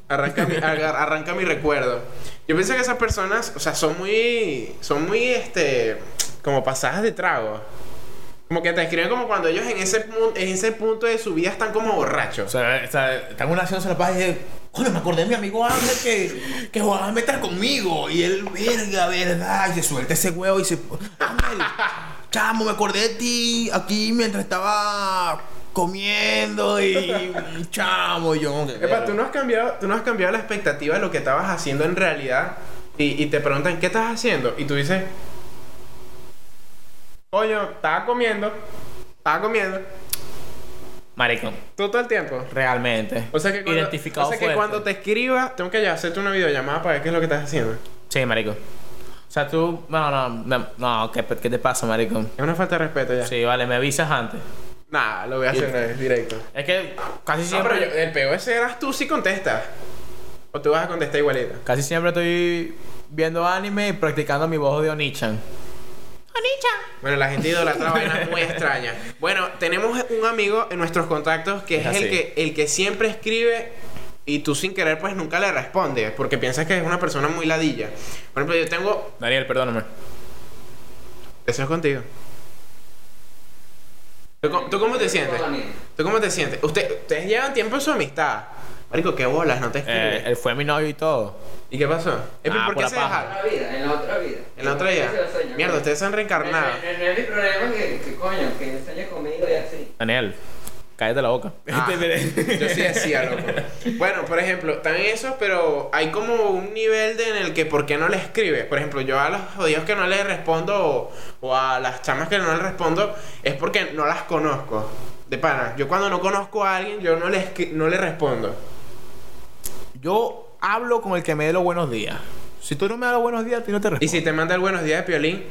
Arranca mi, agar- arranca mi recuerdo. Yo pienso que esas personas, o sea, son muy. Son muy, este. Como pasadas de trago. Como que te escriben como cuando ellos en ese, pu- en ese punto de su vida están como
O
borrachos.
sea, o sea, está en una acción se la pasa y dice, coño, me acordé de mi amigo Ángel que, que jugaba a metal conmigo. Y él, verga, verdad, y se suelta ese huevo y se. Ángel, chamo, me acordé de ti aquí mientras estaba comiendo y. Chamo, y yo. como que,
Epa, tú no has cambiado, tú no has cambiado la expectativa de lo que estabas haciendo en realidad. Y, y te preguntan, ¿qué estás haciendo? Y tú dices. Coño, estaba comiendo. Estaba comiendo.
Marico,
Tú todo el tiempo.
realmente.
O sea que cuando,
Identificado
o sea que
fuerte.
cuando te escriba, tengo que ya hacerte una videollamada para ver qué es lo que estás haciendo.
Sí, marico. O sea, tú... No, no, no, no, ¿qué, qué te pasa, marico?
Es una falta de respeto ya.
Sí, vale, me avisas antes.
Nah, lo voy a hacer una vez, directo.
Es que casi
No,
siempre...
Ah, pero yo- el peor ese eras tú si contestas. O tú vas a contestar igualito.
Casi siempre estoy viendo anime y practicando mi voz de Onichan. ¡Onichan!
Bueno, la gente idolatra vainas muy extrañas. Bueno, tenemos un amigo en nuestros contactos que es,
Es
el
así.
que, el que siempre escribe y tú sin querer pues nunca le respondes porque piensas que es una persona muy ladilla. Por ejemplo, yo tengo...
Daniel, perdóname.
Eso es contigo. ¿Tú, co- tú cómo te sientes?
Hola, amigo.
¿Tú cómo te sientes? Usted- ustedes llevan tiempo en su amistad. Marico, qué bolas, no te
Eh,
escribes.
él fue mi novio y todo.
¿Y qué pasó? Epi,
Ah,
¿Por
por
qué
la
se
paja.
dejaron?
otra vida, en la otra vida.
En la otra
Ese
ya.
es el sueño,
Mierda,
coño.
ustedes se han reencarnado.
No, no, no es mi problema que, que coño, que sueño conmigo y así.
Daniel, cállate la boca.
Ah, yo sí decía, loco. Bueno, por ejemplo, también eso, pero hay como un nivel de en el que ¿por qué no le escribes? Por ejemplo, yo a los jodidos que no les respondo o, o a las chamas que no les respondo es porque no las conozco. De pana, yo cuando no conozco a alguien, yo no le, escri- no le respondo.
Yo hablo con el que me dé los buenos días. Si tú no me das los buenos días, a ti no te respondo.
Y si te manda el buenos días de piolín,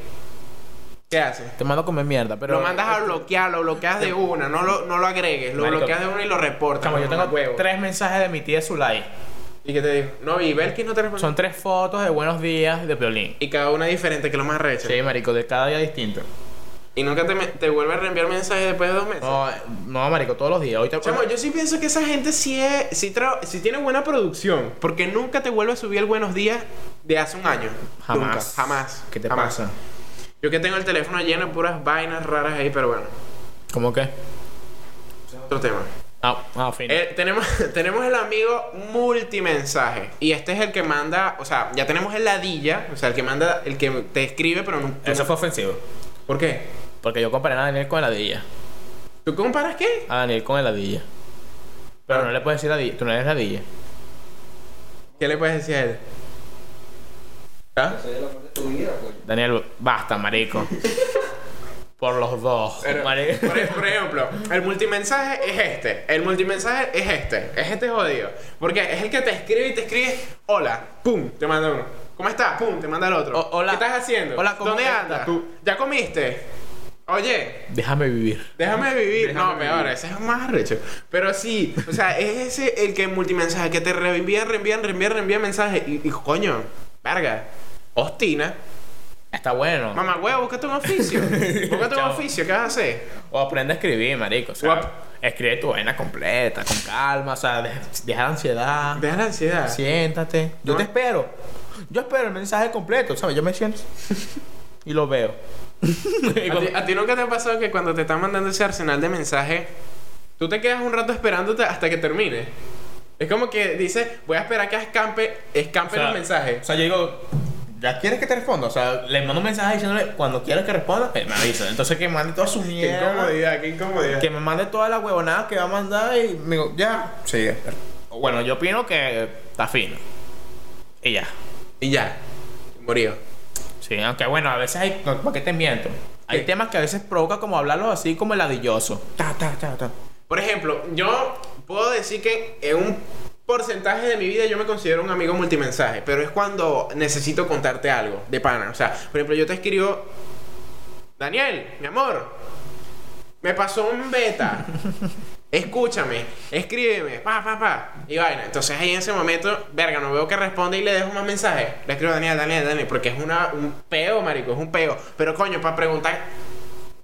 ¿qué haces?
Te mando a comer mierda, pero... este-
lo mandas a bloquear, lo bloqueas de una, no lo, no lo agregues, lo
Marico,
bloqueas de una y lo reportas.
Chamo, yo
mamá
tengo
huevo.
tres mensajes de mi tía Zulay.
¿Y qué te digo? No, y Belkis no te responde.
Son tres fotos de buenos días de Piolín.
Y cada una diferente, que es lo más recha.
Sí, marico, de cada día distinto.
Y nunca te, me- te vuelve a reenviar mensajes después de dos meses.
No, eh, no marico, todos los días. Ahorita...
Chamo, yo sí pienso que esa gente sí, es, sí, tra- sí tiene buena producción. Porque nunca te vuelve a subir el buenos días de hace un año. Nunca,
Jamás.
jamás.
¿Qué te
jamás.
pasa?
Yo que tengo el teléfono lleno de puras vainas raras ahí, pero bueno.
¿Cómo qué?
Otro tema.
Ah, ah, fin.
Eh, tenemos, tenemos el amigo multimensaje. Y este es el que manda, o sea, ya tenemos el ladilla, o sea, el que manda, el que te escribe, pero no. tú
Eso
no-
fue ofensivo.
¿Por qué?
Porque yo comparé a Daniel con heladilla.
¿Tú comparas qué?
A Daniel con heladilla. Pero
Ah.
no le puedes decir heladilla. Tú no eres heladilla.
¿Qué le puedes decir a él? ¿Ah?
Soy el amor de tu vida, coño.
Daniel, basta, marico. Por los dos.
Pero,
marico.
por, e-, por ejemplo, el multimensaje es este. El multimensaje es este. Es este jodido. Porque es el que te escribe y te escribe hola, pum, te manda uno. ¿Cómo estás? Pum, te manda el otro.
O- hola.
¿Qué estás haciendo?
Hola, ¿cómo
¿Dónde
estás
andas?
tú?
¿Ya comiste? Oye,
Déjame vivir.
déjame vivir. no,
Déjame
peor, ese es más recho. Pero sí, o sea, es ese el que multimensaje que te reenvían, reenvían, reenvían, reenvían mensajes. Y, y coño, verga, ostina.
Está bueno.
Mamá, huevo, búscate un oficio. Búscate un
Chao.
oficio, ¿qué vas a hacer?
O aprende a escribir, marico. O sea,
Guap.
escribe tu vaina completa, con calma. O sea, de- deja la ansiedad.
Deja la ansiedad.
Siéntate. Yo
No.
te espero. Yo espero el mensaje completo, ¿sabes? Yo me siento y lo veo. Y
¿A ti,
cuando-
a ti nunca te ha pasado que cuando te están mandando ese arsenal de mensajes, tú te quedas un rato esperándote hasta que termine? Es como que dices, voy a esperar que escampe, escampe
O sea,
los mensajes.
O sea, yo digo, ¿ya quieres que te responda? O sea, le mando un mensaje diciéndole, cuando quieras que responda, eh, me avisa. Entonces que mande toda su
Qué
mierda.
incomodidad, qué incomodidad.
Que me mande toda la huevonada que va a mandar y me digo, ya. Sí. Bueno, yo opino que está fino. Y ya.
Y ya, murió.
Sí, aunque bueno, a veces hay. no, ¿Para qué te miento? Hay
¿Qué?
temas que a veces provoca como hablarlos así como ladilloso. Ta, ta, ta, ta.
Por ejemplo, yo puedo decir que en un porcentaje de mi vida yo me considero un amigo multimensaje, pero es cuando necesito contarte algo de pana. O sea, por ejemplo, yo te escribo, Daniel, mi amor, me pasó un beta. Escúchame, escríbeme, pa, pa, pa. Y vaina. Entonces ahí en ese momento, verga, no veo que responde y le dejo más mensajes. Le escribo Daniel, Daniel, Daniel, porque es una, un peo, marico, es un peo. Pero coño, para preguntar,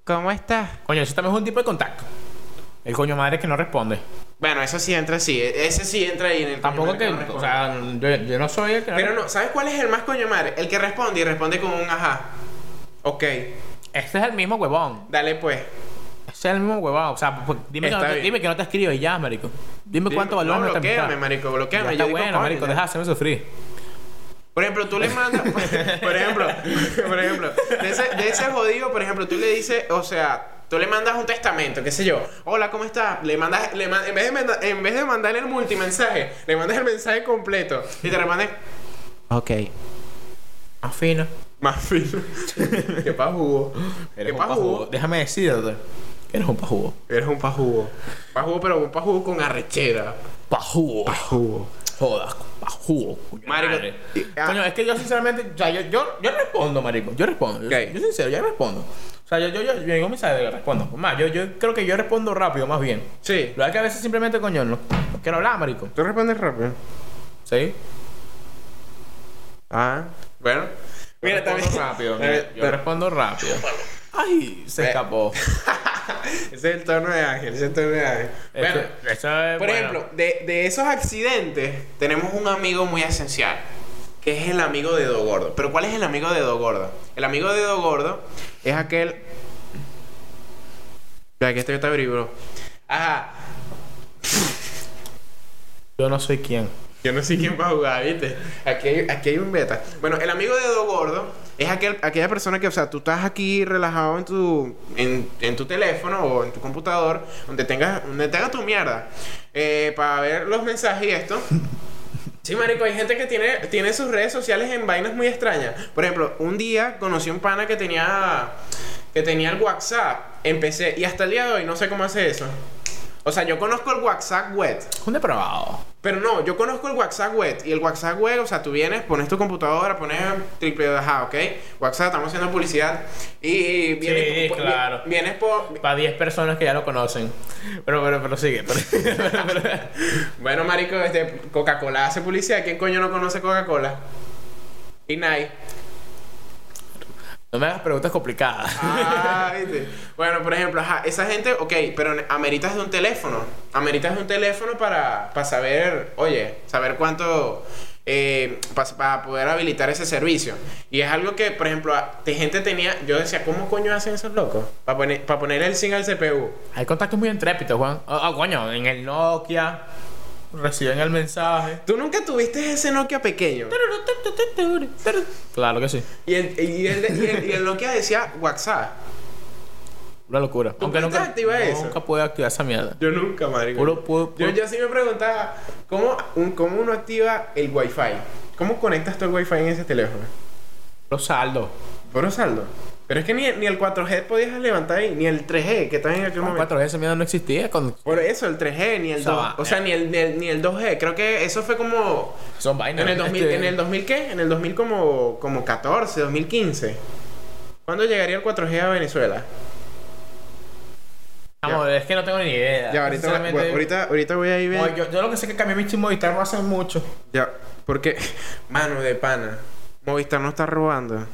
¿cómo estás?
Coño, eso también es un tipo de contacto. El coño madre que no responde.
Bueno, eso sí entra, sí. e- Ese sí entra ahí en el.
Tampoco
coño
que.
madre no
O
responde.
sea, yo, yo no soy el que.
Pero no, ¿sabes cuál es el más coño madre? El que responde y responde con un ajá. Ok,
Este es el mismo huevón.
dale pues.
Este es el mismo huevón. O sea, pues, dime, que
Está
no te,
bien.
dime que no te escribo y ya, marico. Dime, cuánto valor
no,
me
bloqueame, marico, bloqueame.
Ya
Yo
está
digo,
bueno,
coño,
marico,
ya.
deja de hacerme sufrir.
Por ejemplo, tú le mandas. por ejemplo, por ejemplo, de ese, de ese jodido, por ejemplo, tú le dices, o sea, tú le mandas un testamento, qué sé yo. Hola, ¿cómo estás? Le mandas, le man- en, vez de, manda- en vez de mandarle el multimensaje, le mandas el mensaje completo. Y te responde, ok.
Afino.
Más fino. que pa' jugo. Que
Eres
pa'
un
jugo.
Déjame decirte. Eres un pajugo.
Eres un pajugo. Pajugo, pero un pajugo con arrechera.
Pajugo.
Pajugo.
Jodas, pajugo. coño,
Marico,
madre.
y- ah.
Coño, es que yo sinceramente, o sea, yo, yo, yo respondo, marico. Yo respondo. Yo,
Ok.
yo sincero, yo respondo. O sea, yo, yo, yo, yo digo mis yo respondo. Más, yo, yo creo que yo respondo rápido, más bien.
Sí.
Lo que pasa es que a veces simplemente, coño, no, no quiero hablar, marico.
Tú respondes rápido.
¿Sí?
Ah. Bueno. Mira,
Yo
también.
respondo rápido. mira,
Eh,
yo respondo rápido. Ay, se
Eh.
escapó.
Ese es el tono de Ángel, ese es el tono de Ángel. Bueno,
Eso- eso es
por
bueno.
ejemplo, de, de esos accidentes, tenemos un amigo muy esencial, que es el amigo de Do Gordo. Pero ¿cuál es el amigo de Do Gordo? El amigo de Do Gordo es aquel. Ya que este está bro. Ajá.
Yo no soy quién.
Yo no sé quién va a jugar, ¿viste? Aquí hay, aquí hay un beta. Bueno, el amigo de Do Gordo es aquel, aquella persona que, o sea, tú estás aquí relajado en tu, en, en tu teléfono o en tu computador, donde tengas, donde tengas tu mierda, eh, para ver los mensajes y esto. Sí, marico, hay gente que tiene, tiene sus redes sociales en vainas muy extrañas. Por ejemplo, un día conocí un pana que tenía, que tenía el WhatsApp. Empecé, y hasta el día de hoy no sé cómo hace eso. O sea, yo conozco el WhatsApp web.
Un depravado.
Pero no, yo conozco el WhatsApp web. Y el WhatsApp web, o sea, tú vienes, pones tu computadora, pones triple ajá, ¿ok? WhatsApp, estamos haciendo publicidad. Y vienes,
Sí,
po- po-
claro.
vienes por.
Para 10 personas que ya lo conocen. Pero, pero, pero sigue. pero- pero- pero-
Bueno, marico, este, Coca-Cola hace publicidad. ¿Quién coño no conoce Coca-Cola? Y Nike.
no me hagas preguntas complicadas.
Ah, ¿viste? Bueno, por ejemplo, ajá, esa gente, ok, pero ameritas de un teléfono. Ameritas de un teléfono para, para saber, oye, saber cuánto. eh, para, poder habilitar ese servicio. Y es algo que, por ejemplo, a- de gente tenía. Yo decía, ¿cómo coño hacen esos locos? Para poner, para poner el SIM al CPU.
Hay contactos muy intrépidos, Juan. Ah, ah, coño, en el Nokia reciben el mensaje.
Tú nunca tuviste ese Nokia pequeño.
Claro que sí.
Y el, y el, y el- y el Nokia decía WhatsApp.
Una locura.
¿Tú pudiste activar eso?
nunca pude activar esa mierda.
Yo nunca, marico.
Puro- puro-
Yo,
puro-
yo sí me preguntaba, ¿cómo, un- ¿cómo uno activa el Wi-Fi? ¿Cómo conectas tu Wi-Fi en ese teléfono?
Los saldos.
Puro saldo. Pero es que ni, ni el 4G podías levantar ahí, ni el 3G, que estaba en aquel momento.
Ah, Cuatro veces esa mierda no existía. Con...
Por eso, el 3G, ni el
Esa
2
vaina.
O sea, ni el, ni, el, ni el 2G. Creo que eso fue como...
Son vainas.
En el 2000,
este,
¿en el 2000 qué? En el 2000 como, como 14, 2015. ¿Cuándo llegaría el 4G a Venezuela?
chamo, es que no tengo ni idea.
Ya, ahorita,
Sinceramente,
ahorita, ahorita voy a ir...
oye, yo, yo lo que sé es que cambié mi chip Movistar no hace mucho.
Ya, porque, mano de pana, Movistar no está robando.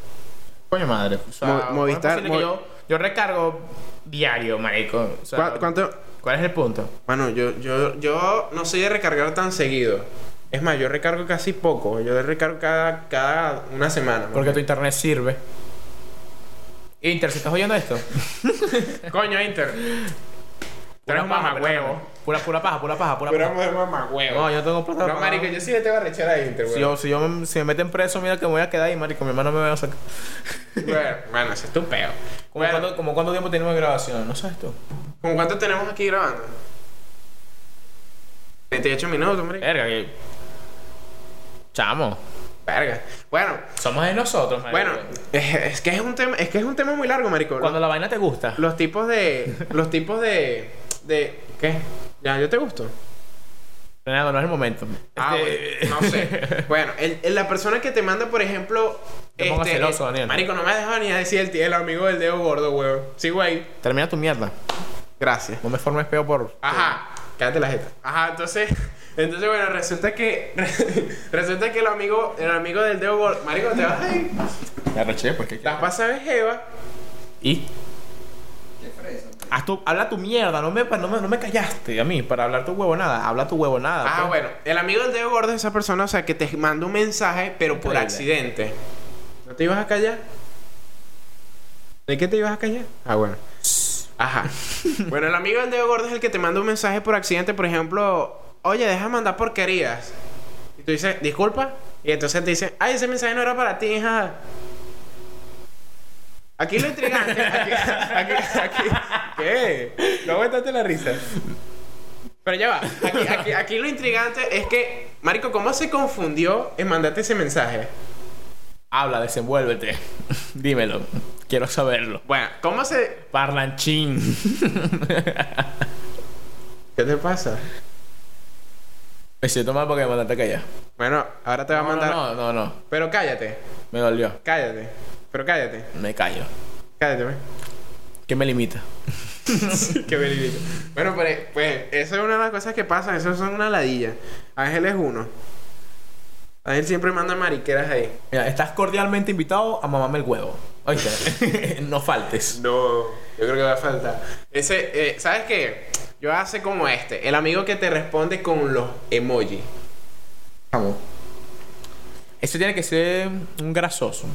Coño madre. O sea,
Mo-
¿cómo es
Movistar,
posible que
Mo-
yo, yo recargo diario, marico. O sea,
¿Cuá- ¿Cuánto?
¿Cuál es el punto?
Mano, yo, yo, yo no soy de recargar tan seguido. Es más, yo recargo casi poco. Yo recargo cada, cada una semana.
Porque tu internet sirve. Inter, si estás oyendo esto?
Coño, Inter. Traes un mamagüevo.
Pura, pura paja, pura paja, pura
Pero
paja.
un mamagüevo.
No, yo tengo plata.
No, marico, yo sí le tengo a rechar a Inter,
Si,
güey.
yo, si, yo me- si me meten preso, mira que me voy a quedar ahí, marico. Mi hermano me va a sacar.
Bueno, mano, ese es tu peo.
¿Cómo,
Bueno,
cuánto, como cuánto tiempo tenemos de grabación? ¿No sabes tú?
¿Con cuánto tenemos aquí grabando? 28 minutos, hombre.
Verga, que... Chamo.
Verga. Bueno,
Somos de nosotros, marico.
Bueno, es, es que es un tema, es que es un tema muy largo, marico.
Cuando
Los,
la vaina te gusta.
los tipos de, los tipos de, de, ¿qué? Ya, yo te gusto.
Nada, no es el momento.
Ah,
Este-
bueno, no sé. Bueno, el- el- la persona que te manda, por ejemplo,
Te pongas celoso,
eh,
Daniel.
Marico, no me has dejado ni decir el, tío- el amigo del dedo gordo, weón. Sí, güey.
Termina tu mierda.
Gracias.
No me formes peo por...
Ajá, cállate la jeta. Ajá, entonces, entonces bueno, resulta que resulta que el amigo, el amigo del dedo gordo, marico, te vas ahí.
Me arreché, porque...
Las pasas de Jeva.
Y...
Qué fresa. pues.
Haz tu, habla tu mierda, no me, no, me, no me callaste a mí para hablar tu huevonada. Habla tu huevonada.
Ah,
pues.
bueno. El amigo del dedo gordo es esa persona, o sea, que te manda un mensaje, pero por
Increíble.
accidente. ¿No te ibas a callar? ¿De qué te ibas a callar? Ah, bueno. Ajá. bueno, el amigo del dedo gordo es el que te manda un mensaje por accidente, por ejemplo, oye, deja de mandar porquerías. Y tú dices, disculpa. Y entonces te dicen, ay, ese mensaje no era para ti, hija. Aquí lo intrigante. Aquí, aquí, aquí. ¿Qué? No aguantaste la risa. Pero ya va. Aquí, aquí- aquí lo intrigante es que, Marico, ¿cómo se confundió en mandarte ese mensaje?
Habla, desenvuélvete. Dímelo. Quiero saberlo.
Bueno, ¿cómo se...?
Parlanchín.
¿Qué te pasa?
Me siento mal porque me mandaste callar.
Bueno, ahora te va a
No,
mandar...
no, no, no.
Pero cállate,
Me dolió.
cállate. Pero cállate,
Me callo.
cállate, pues.
¿Qué me limita?
Qué belidito. Bueno, pues, pues eso es una de las cosas que pasan. Eso son una ladilla. Ángel es uno. Ángel siempre manda mariqueras ahí.
Mira, estás cordialmente invitado a mamarme el huevo. Oíste, no faltes.
No, yo creo que va a faltar. Ese, eh, ¿sabes qué? Yo hace como este, el amigo que te responde con los emojis.
Vamos. Eso tiene que ser un grasoso.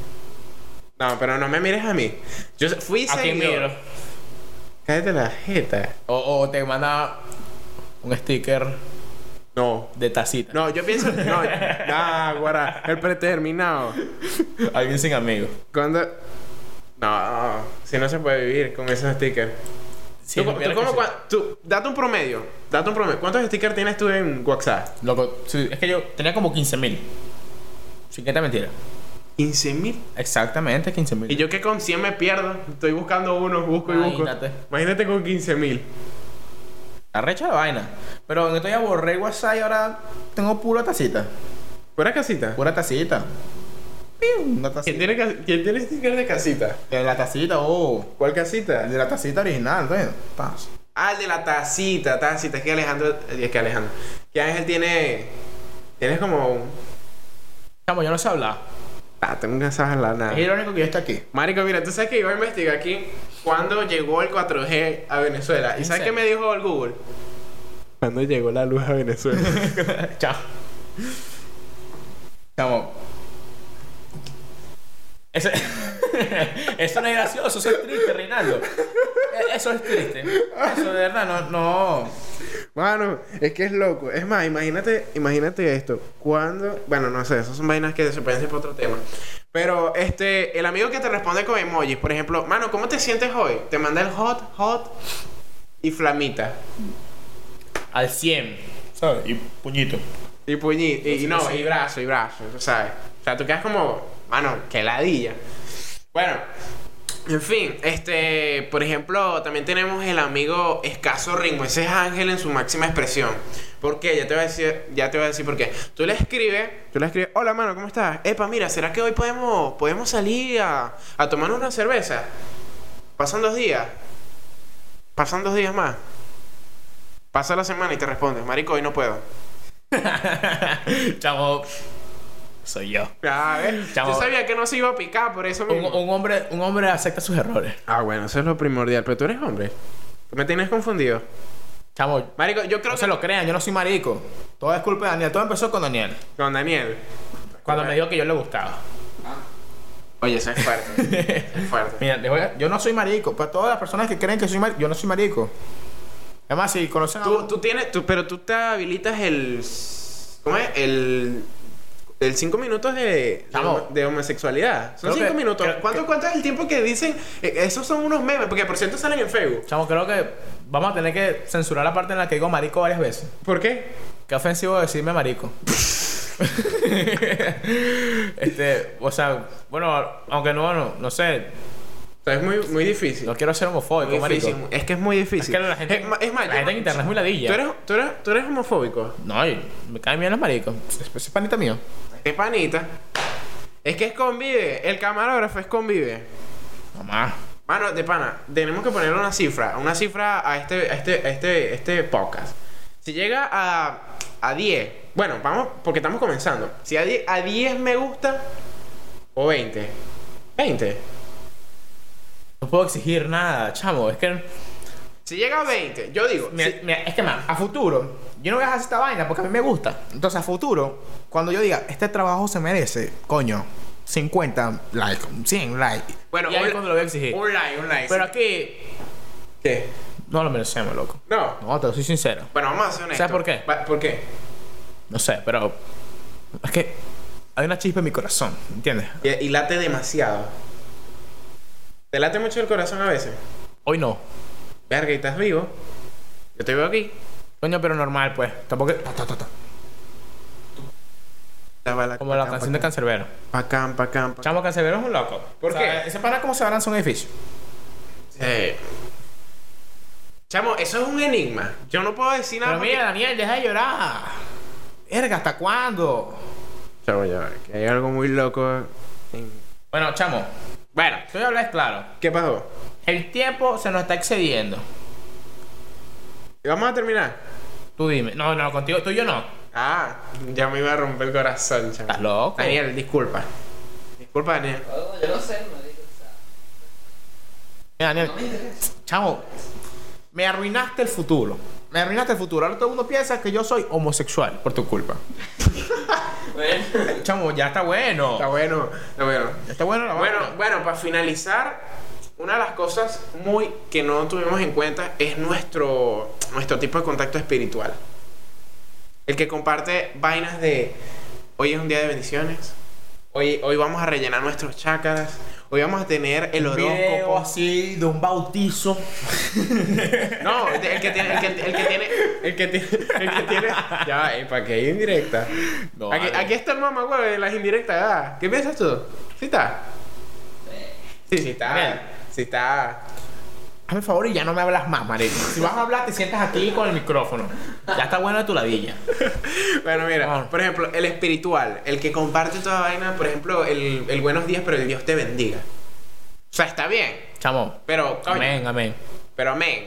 No, pero no me mires a mí. Yo fui
¿A quién
seguidor.
miro?
Cállate la jeta.
O, o te manda un sticker
No.
de tacita.
No, yo pienso. No, nah, guarda, el preterminado.
Alguien sin amigos.
Cuando. No, si no se puede vivir con esos stickers.
Sí,
tú, tú
mira
como
que sí.
cua- tú- date un promedio. Date un promedio. ¿Cuántos stickers tienes tú en WhatsApp?
Loco, sí, es que yo tenía como 15 mil. Sin que te mentira.
15 mil.
Exactamente 15 mil.
Y yo que con 100 me pierdo. Estoy buscando uno, busco y
Imagínate.
busco. Imagínate con 15 mil.
Arrecha la vaina. Pero en esto ya borré el WhatsApp y ahora tengo pura tacita.
¿Fuera casita?
Pura tacita. Piu, Una
¿Quién
tacita.
tiene, ca- ¿Quién tiene sticker de casita?
De la tacita, oh.
¿Cuál casita?
De la tacita original, ¿ves? Pas.
Ah, el de la tacita, tacita. Es que Alejandro. Es que Alejandro. Que Ángel tiene. Tienes como un.
Chamo, yo no sé hablar.
Ah, tengo que saber la nada.
Es irónico que yo esté aquí.
Marico, mira, tú sabes que iba a investigar aquí cuando llegó el 4G a Venezuela. ¿Y
¿En
sabes qué
serio?
me dijo el Google? Cuando llegó la luz a Venezuela.
Chao. Chamo. Ese... eso no es gracioso, eso es triste, Reinaldo. E- Eso es triste. Eso de verdad, no. no.
Mano, es que es loco. Es más, imagínate, imagínate esto. Cuando, bueno, no sé, esas son vainas que se pueden hacer para otro tema. Pero este, el amigo que te responde con emojis, por ejemplo, mano, ¿cómo te sientes hoy? Te manda el hot, hot y flamita.
Al 100. ¿Sabes? Y puñito.
Y puñito, y, y no, y brazo, y brazo, tú ¿sabes? O sea, tú quedas como, mano, que ladilla. Bueno, en fin, este, por ejemplo, también tenemos el amigo escaso Ringo. Ese es Ángel en su máxima expresión. ¿Por qué? Ya te voy a decir, ya te voy a decir por qué. Tú le escribes, tú le escribes, hola, mano, ¿cómo estás? Epa, mira, ¿será que hoy podemos, podemos salir a, a tomar una cerveza? Pasan dos días. Pasan dos días más. Pasa la semana y te respondes, marico, hoy no puedo.
Chamo. Soy yo.
Ah, ¿ves?
Chamo.
Yo sabía que no se iba a picar por eso
Un,
mismo.
un hombre, un hombre acepta sus errores.
Ah, bueno, eso es lo primordial. Pero tú eres hombre. Tú me tienes confundido.
Chamo,
Marico, yo
no
creo que
se lo crean, yo no soy marico. Todo es culpa de Daniel. Todo empezó con Daniel.
con Daniel.
Cuando me dijo que yo le gustaba.
Oye, eso es fuerte. eso es fuerte.
Mira, les voy a- yo no soy marico. Para todas las personas que creen que soy marico, yo no soy marico. Además, si conocen a
Tú,
un-
tú tienes, tú, pero tú te habilitas el. ¿Cómo es? El. El 5 minutos de, de,
Chamo.
homo- de homosexualidad. Son
Creo
5
que-
minutos.
creo
¿Cuánto,
que-
¿Cuánto es el tiempo que dicen? Eh, esos son unos memes, porque por cierto salen en Facebook.
Chamo, creo que vamos a tener que censurar la parte en la que digo marico varias veces.
¿Por qué?
Qué ofensivo decirme marico. este, o sea, bueno, aunque no, no, no sé,
O sea, es muy, muy difícil.
no quiero ser homofóbico,
Muy
marico.
difícil. Es que es muy
Es
difícil.
que la gente,
es, ma- es más,
la
yo-
gente en internet es muy ladilla.
¿Tú eres, tú, eres, tú eres homofóbico.
No, yo- me caen bien los maricos. Es, es panita mío.
Es panita. Es que es convive. El camarógrafo es convive.
Mamá.
Mano, de pana, tenemos que ponerle una cifra. Una cifra a este, a este, a este, este podcast. Si llega a, a 10. Bueno, vamos, porque estamos comenzando. Si a 10, a 10 me gusta. O 20. 20.
No puedo exigir nada, chamo. Es que
Si llega a 20, yo digo.
Mira,
si-
mira, es que más, a futuro, yo no voy a dejar esta vaina porque a mí me gusta. Entonces, a futuro, cuando yo diga, este trabajo se merece, coño, 50 likes, 100 likes.
bueno,
y ahí
un-
es cuando lo voy a exigir.
Un like, un like.
Pero aquí,
¿Qué?
no lo merecemos, loco.
No.
No, te soy sincero.
Bueno, vamos a ser honestos.
¿Sabes por qué?
Va- ¿Por qué?
No sé, pero es que hay una chispa en mi corazón, ¿entiendes?
Y, y late demasiado. ¿Te late mucho el corazón a veces?
Hoy no.
Verga, y estás vivo. Yo te veo aquí.
Coño, pero normal, pues. Tampoco. Ta, ta, ta, ta.
La bala.
Como la canción de Cancerbero.
Pacán, pacán, pacán.
Chamo Cancerbero es un loco.
¿Por
O sea,
qué?
Ese pana como se balanza un edificio.
Sí. Chamo, eso es un enigma. Yo no puedo decir nada.
Pero mira, Daniel, deja de llorar. Verga, ¿hasta cuándo?
porque- Chamo, ya, va, que hay algo muy loco. en-
Bueno, chamo,
Bueno,
te voy a hablar claro.
¿qué pasó?
El tiempo se nos está excediendo.
¿Y vamos a terminar?
Tú dime. No, no, contigo, tú y yo no.
Ah, ya me iba a romper el corazón, chamo.
Estás loco.
Daniel, disculpa. Disculpa, Daniel.
Oh, yo no sé, marico. O sea,
Mira, Daniel,
no me interesa.
chamo, me arruinaste el futuro. Me arruinaste el futuro. Ahora todo el mundo piensa que yo soy homosexual por tu culpa.
Bueno.
Chamo, ya está bueno.
Está bueno, está bueno.
Ya está bueno la
Bueno,
vaina.
bueno, para finalizar, una de las cosas muy que no tuvimos en cuenta es nuestro, nuestro tipo de contacto espiritual. El que comparte vainas de hoy es un día de bendiciones, hoy, hoy vamos a rellenar nuestros chakras, hoy vamos a tener el
Un video
horóscopo.
así de un bautizo.
No, el que tiene, el que, el que tiene, el que tiene, el que tiene. Ya, eh, ¿para qué indirecta?
No,
aquí,
vale.
aquí está el mamá, de las indirectas. ah. ¿Qué piensas tú? ¿Sí está? Sí, sí
Daniel.
está. Sí está.
Hazme el favor y ya no me hablas más, marico. Si vas a hablar, te sientas aquí con el micrófono. Ya está bueno de tu ladilla.
Bueno, mira,
Ah.
por ejemplo, el espiritual, el que comparte toda vaina, por ejemplo, el, el buenos días, pero el Dios te bendiga. O sea, está bien,
Chamo.
pero, coño,
Amén, amén.
pero amén.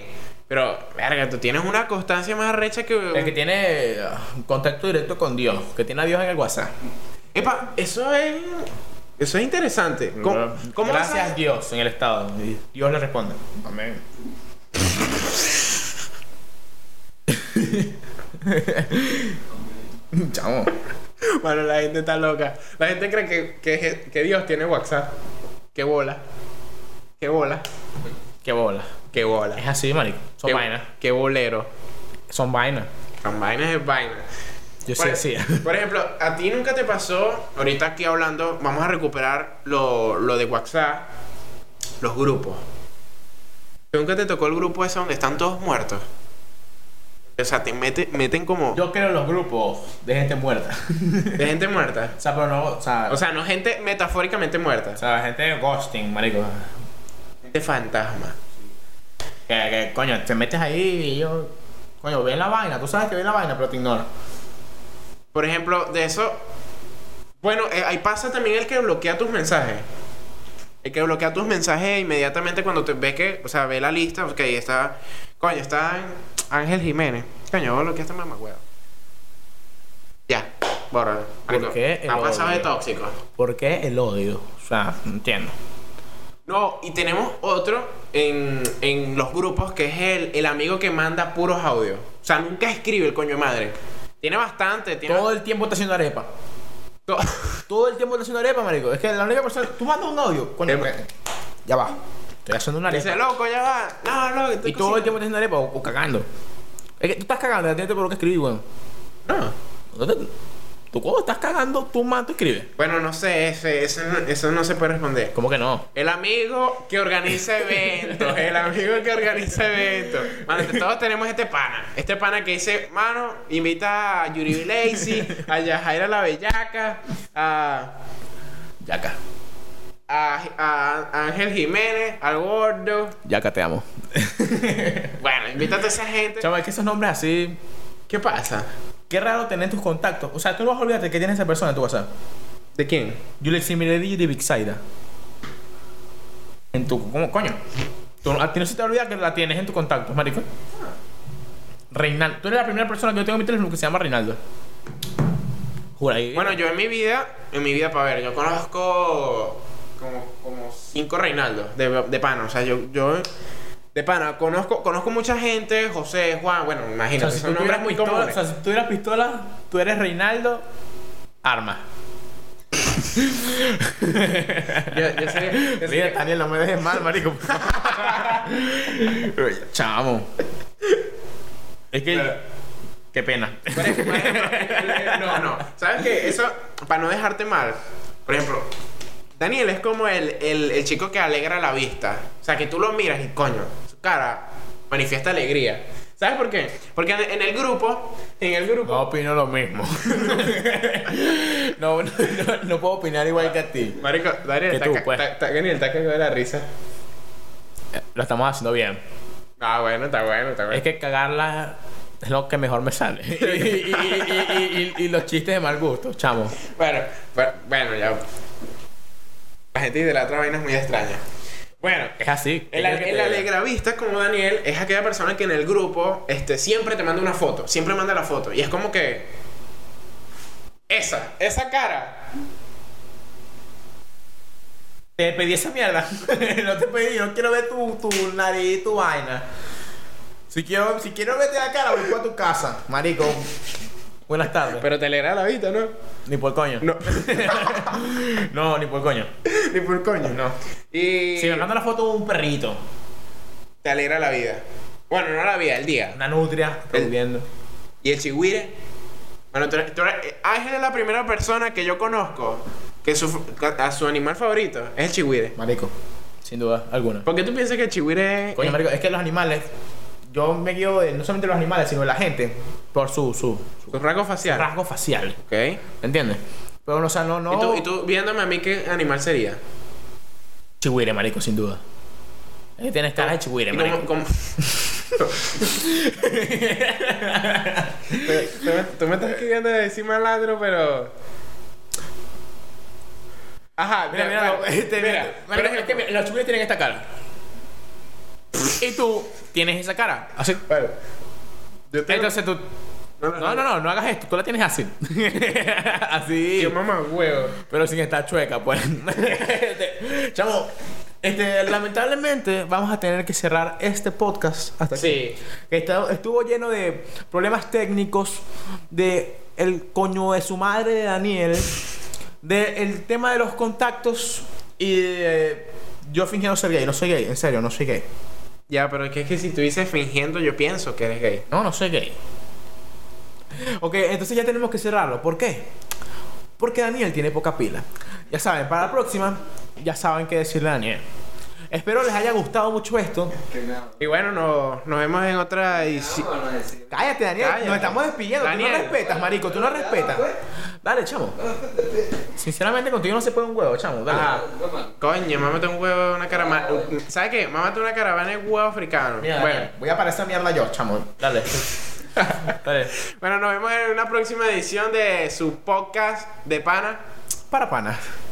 Pero, verga, tú tienes una constancia más recha que.
El que tiene ah, un contacto directo con Dios, que tiene a Dios en el WhatsApp.
Epa, eso es. Eso es interesante. ¿Cómo, cómo vas a-
Gracias Dios en el estado. Y Dios le responde. Amén. Chamo.
Bueno, la gente está loca. La gente cree que, que, que Dios tiene WhatsApp. Qué bola. Qué bola.
Qué bola.
Qué bola.
Es así, marico. Son
qué,
vainas.
Qué bolero.
Son vainas.
Son vainas es vainas.
Yo sé,
Por,
sí.
por ejemplo, a ti nunca te pasó, ahorita aquí hablando, vamos a recuperar lo, lo de WhatsApp, los grupos. Nunca te tocó el grupo ese donde están todos muertos. O sea, te mete- meten como
Yo creo en los grupos de gente muerta.
de gente muerta.
o sea, pero no, o sea,
O sea, no gente metafóricamente muerta,
o sea, gente de ghosting, marico.
gente fantasma.
Que, que, coño, te metes ahí y yo. Coño, ven la vaina. Tú sabes que ven la vaina, pero te ignoro.
Por ejemplo, de eso. Bueno, eh, ahí pasa también el que bloquea tus mensajes. El que bloquea tus mensajes inmediatamente cuando te ve que, o sea, ve la lista, porque ahí está, coño, está Ángel Jiménez. Coño, bloquea este mamagüeo. Ya, borra.
¿Por qué el
Ha pasado de
odio?
tóxico.
¿Por qué el odio? O sea, no entiendo.
No, y tenemos otro en, en los grupos que es el, el amigo que manda puros audios. O sea, nunca escribe el coño de madre. Tiene bastante, tiene.
Todo el tiempo está haciendo arepa.
to-
Todo el tiempo está haciendo arepa, marico. Es que la única persona. Tú mandas un audio. Coño, eh,
Epa.
ya va. Estoy haciendo una
Dice,
arepa.
loco, ya va. No, loco, estoy
Y todo el
cocinando".
tiempo estás haciendo arepa o, o cagando. Es que tú estás cagando, ya tienes por lo que escribir, weón.
No.
No te- Tú cuando estás cagando, tú más tú escribes.
Bueno, no sé, ese, ese no- eso no se puede responder.
¿Cómo que no?
El amigo que organiza eventos, el amigo que organiza eventos. Mano, entre todos tenemos este pana. Este pana que dice, mano, invita a Yuri Lazy, a Yajaira la Bellaca, a,
Yaca.
a, a Ángel Jiménez, al Gordo.
Yaca, te amo.
Bueno, invítate a esa gente.
Chaval, es que esos nombres así.
¿Qué pasa?
Qué raro tener tus contactos. O sea, tú no vas a olvidarte que tiene esa persona en tu WhatsApp.
¿De quién?
Yo le eximileré de Big Saida. En tu. ¿Cómo coño? Tú, a ti no se te olvida que la tienes en tus contactos, marico. Reinaldo. Tú eres la primera persona que yo tengo en mi teléfono que se llama Reinaldo. Jura ahí.
Bueno, yo en mi vida, en mi vida, para ver, yo conozco como, como cinco Reinaldos de, de pana. O sea, yo, yo de pana, conozco, conozco mucha gente, José, Juan, bueno,
o sea,
imagínate,
si tú
son nombres
tuvieras
muy
pistola,
comunes.
o sea, si tú tuvieras pistola, tú eres Reinaldo. Arma.
yo, yo sería, yo
Mira,
sería-
Daniel, no me dejes mal, marico. Chamo. Es que.
Pero-
Qué pena.
por ejemplo, por ejemplo, no, no, ¿sabes qué? Eso, para no dejarte mal, por ejemplo, Daniel es como el, el, el chico que alegra la vista. O sea, que tú lo miras y coño, su cara manifiesta alegría. ¿Sabes por qué? Porque en, en el grupo, en el grupo,
No opino lo mismo. no, no, no- no puedo opinar igual que a ti.
Marico, Daniel,
Que
está,
tú,
ca-
pues.
está- está- Daniel, está cagado de la risa.
Lo estamos haciendo bien.
Ah, bueno, está bueno, está bueno.
Es que cagarla es lo que mejor me sale. y, y- y- y- y- y los chistes de mal gusto, chamo.
Bueno, bu- bueno, ya. La gente de la otra vaina es muy extraña. Bueno,
Es así. ¿Qué
el,
quieres que
el
te diga?
alegravista, como Daniel, es aquella persona que en el grupo este, siempre te manda una foto. Siempre manda la foto. Y es como que. Esa, esa cara.
Te pedí esa mierda. no te pedí, yo no quiero ver tu, tu nariz y tu vaina. Si quiero, si quiero verte la cara, voy a tu casa, marico. Buenas tardes.
Pero te alegra la vista, ¿no?
Ni por coño.
No.
no, ni por coño.
Ni por coño.
No.
Y.
Si me manda la foto de un perrito,
Te alegra la vida. Bueno, no la vida, el día.
una nutria, reviviendo.
Y el chihuire. Bueno, tú eres- tú eres- eh, Ángel es la primera persona que yo conozco que su, a su animal favorito es el chihuire.
Marico, sin duda alguna.
¿Por qué tú piensas que el chihuire es.?
Coño, marico, es que los animales, yo me guío de, no solamente los animales, sino de la gente, por su, su, su
Su rasgo facial.
rasgo facial.
Ok.
¿Entiendes? Pero, o sea, no, no.
¿Y, tú, y tú viéndome a mí, ¿qué animal sería?
Chihuire, marico, sin duda. Es que tienes cara de chihuire,
¿Y
marico.
cómo- cómo- Tú- tú me- tú me estás queriendo decir malandro, pero. Ajá,
Mira, mira,
bueno,
no, este,
mira,
mira,
pero-
marico, es que mira, los chihuires tienen esta cara. y tú tienes esa cara. Así.
Bueno, yo tengo-
Entonces tú. No, no, no, no hagas esto. Tú la tienes así. así.
Yo mamá huevo.
Pero sin estar chueca, pues. Este, Chamo, este, lamentablemente vamos a tener que cerrar este podcast hasta aquí.
Sí.
Que está- estuvo lleno de problemas técnicos, de el coño de su madre de Daniel, del tema de los contactos y de, yo fingiendo ser gay. No soy gay, en serio, no soy gay.
Ya, pero es que, es que si tú dices fingiendo, yo pienso que eres gay.
No, no soy gay. Ok, entonces ya tenemos que cerrarlo. ¿Por qué? Porque Daniel tiene poca pila. Ya saben, para la próxima, ya saben qué decirle a Daniel. Espero les haya gustado mucho esto.
Que me hago.
Y bueno, no- nos vemos en otra
Sí.
edición.
Vámonos a decir.
Cállate, Daniel.
Cállate.
Nos estamos despidiendo. Tú
Daniel.
no respetas, marico. Tú no respetas. Dale, chamo. Sinceramente, contigo no se puede un huevo, chamo. Dale.
Ajá. Coño, mámate un huevo, una caravana. ¿Sabes qué? Mámate una caravana de huevo africano.
Mira,
bueno,
Daniel, voy a parar esa mierda yo, chamo. Dale. Dale.
bueno, nos vemos en una próxima edición de su podcast de pana.
Para pana.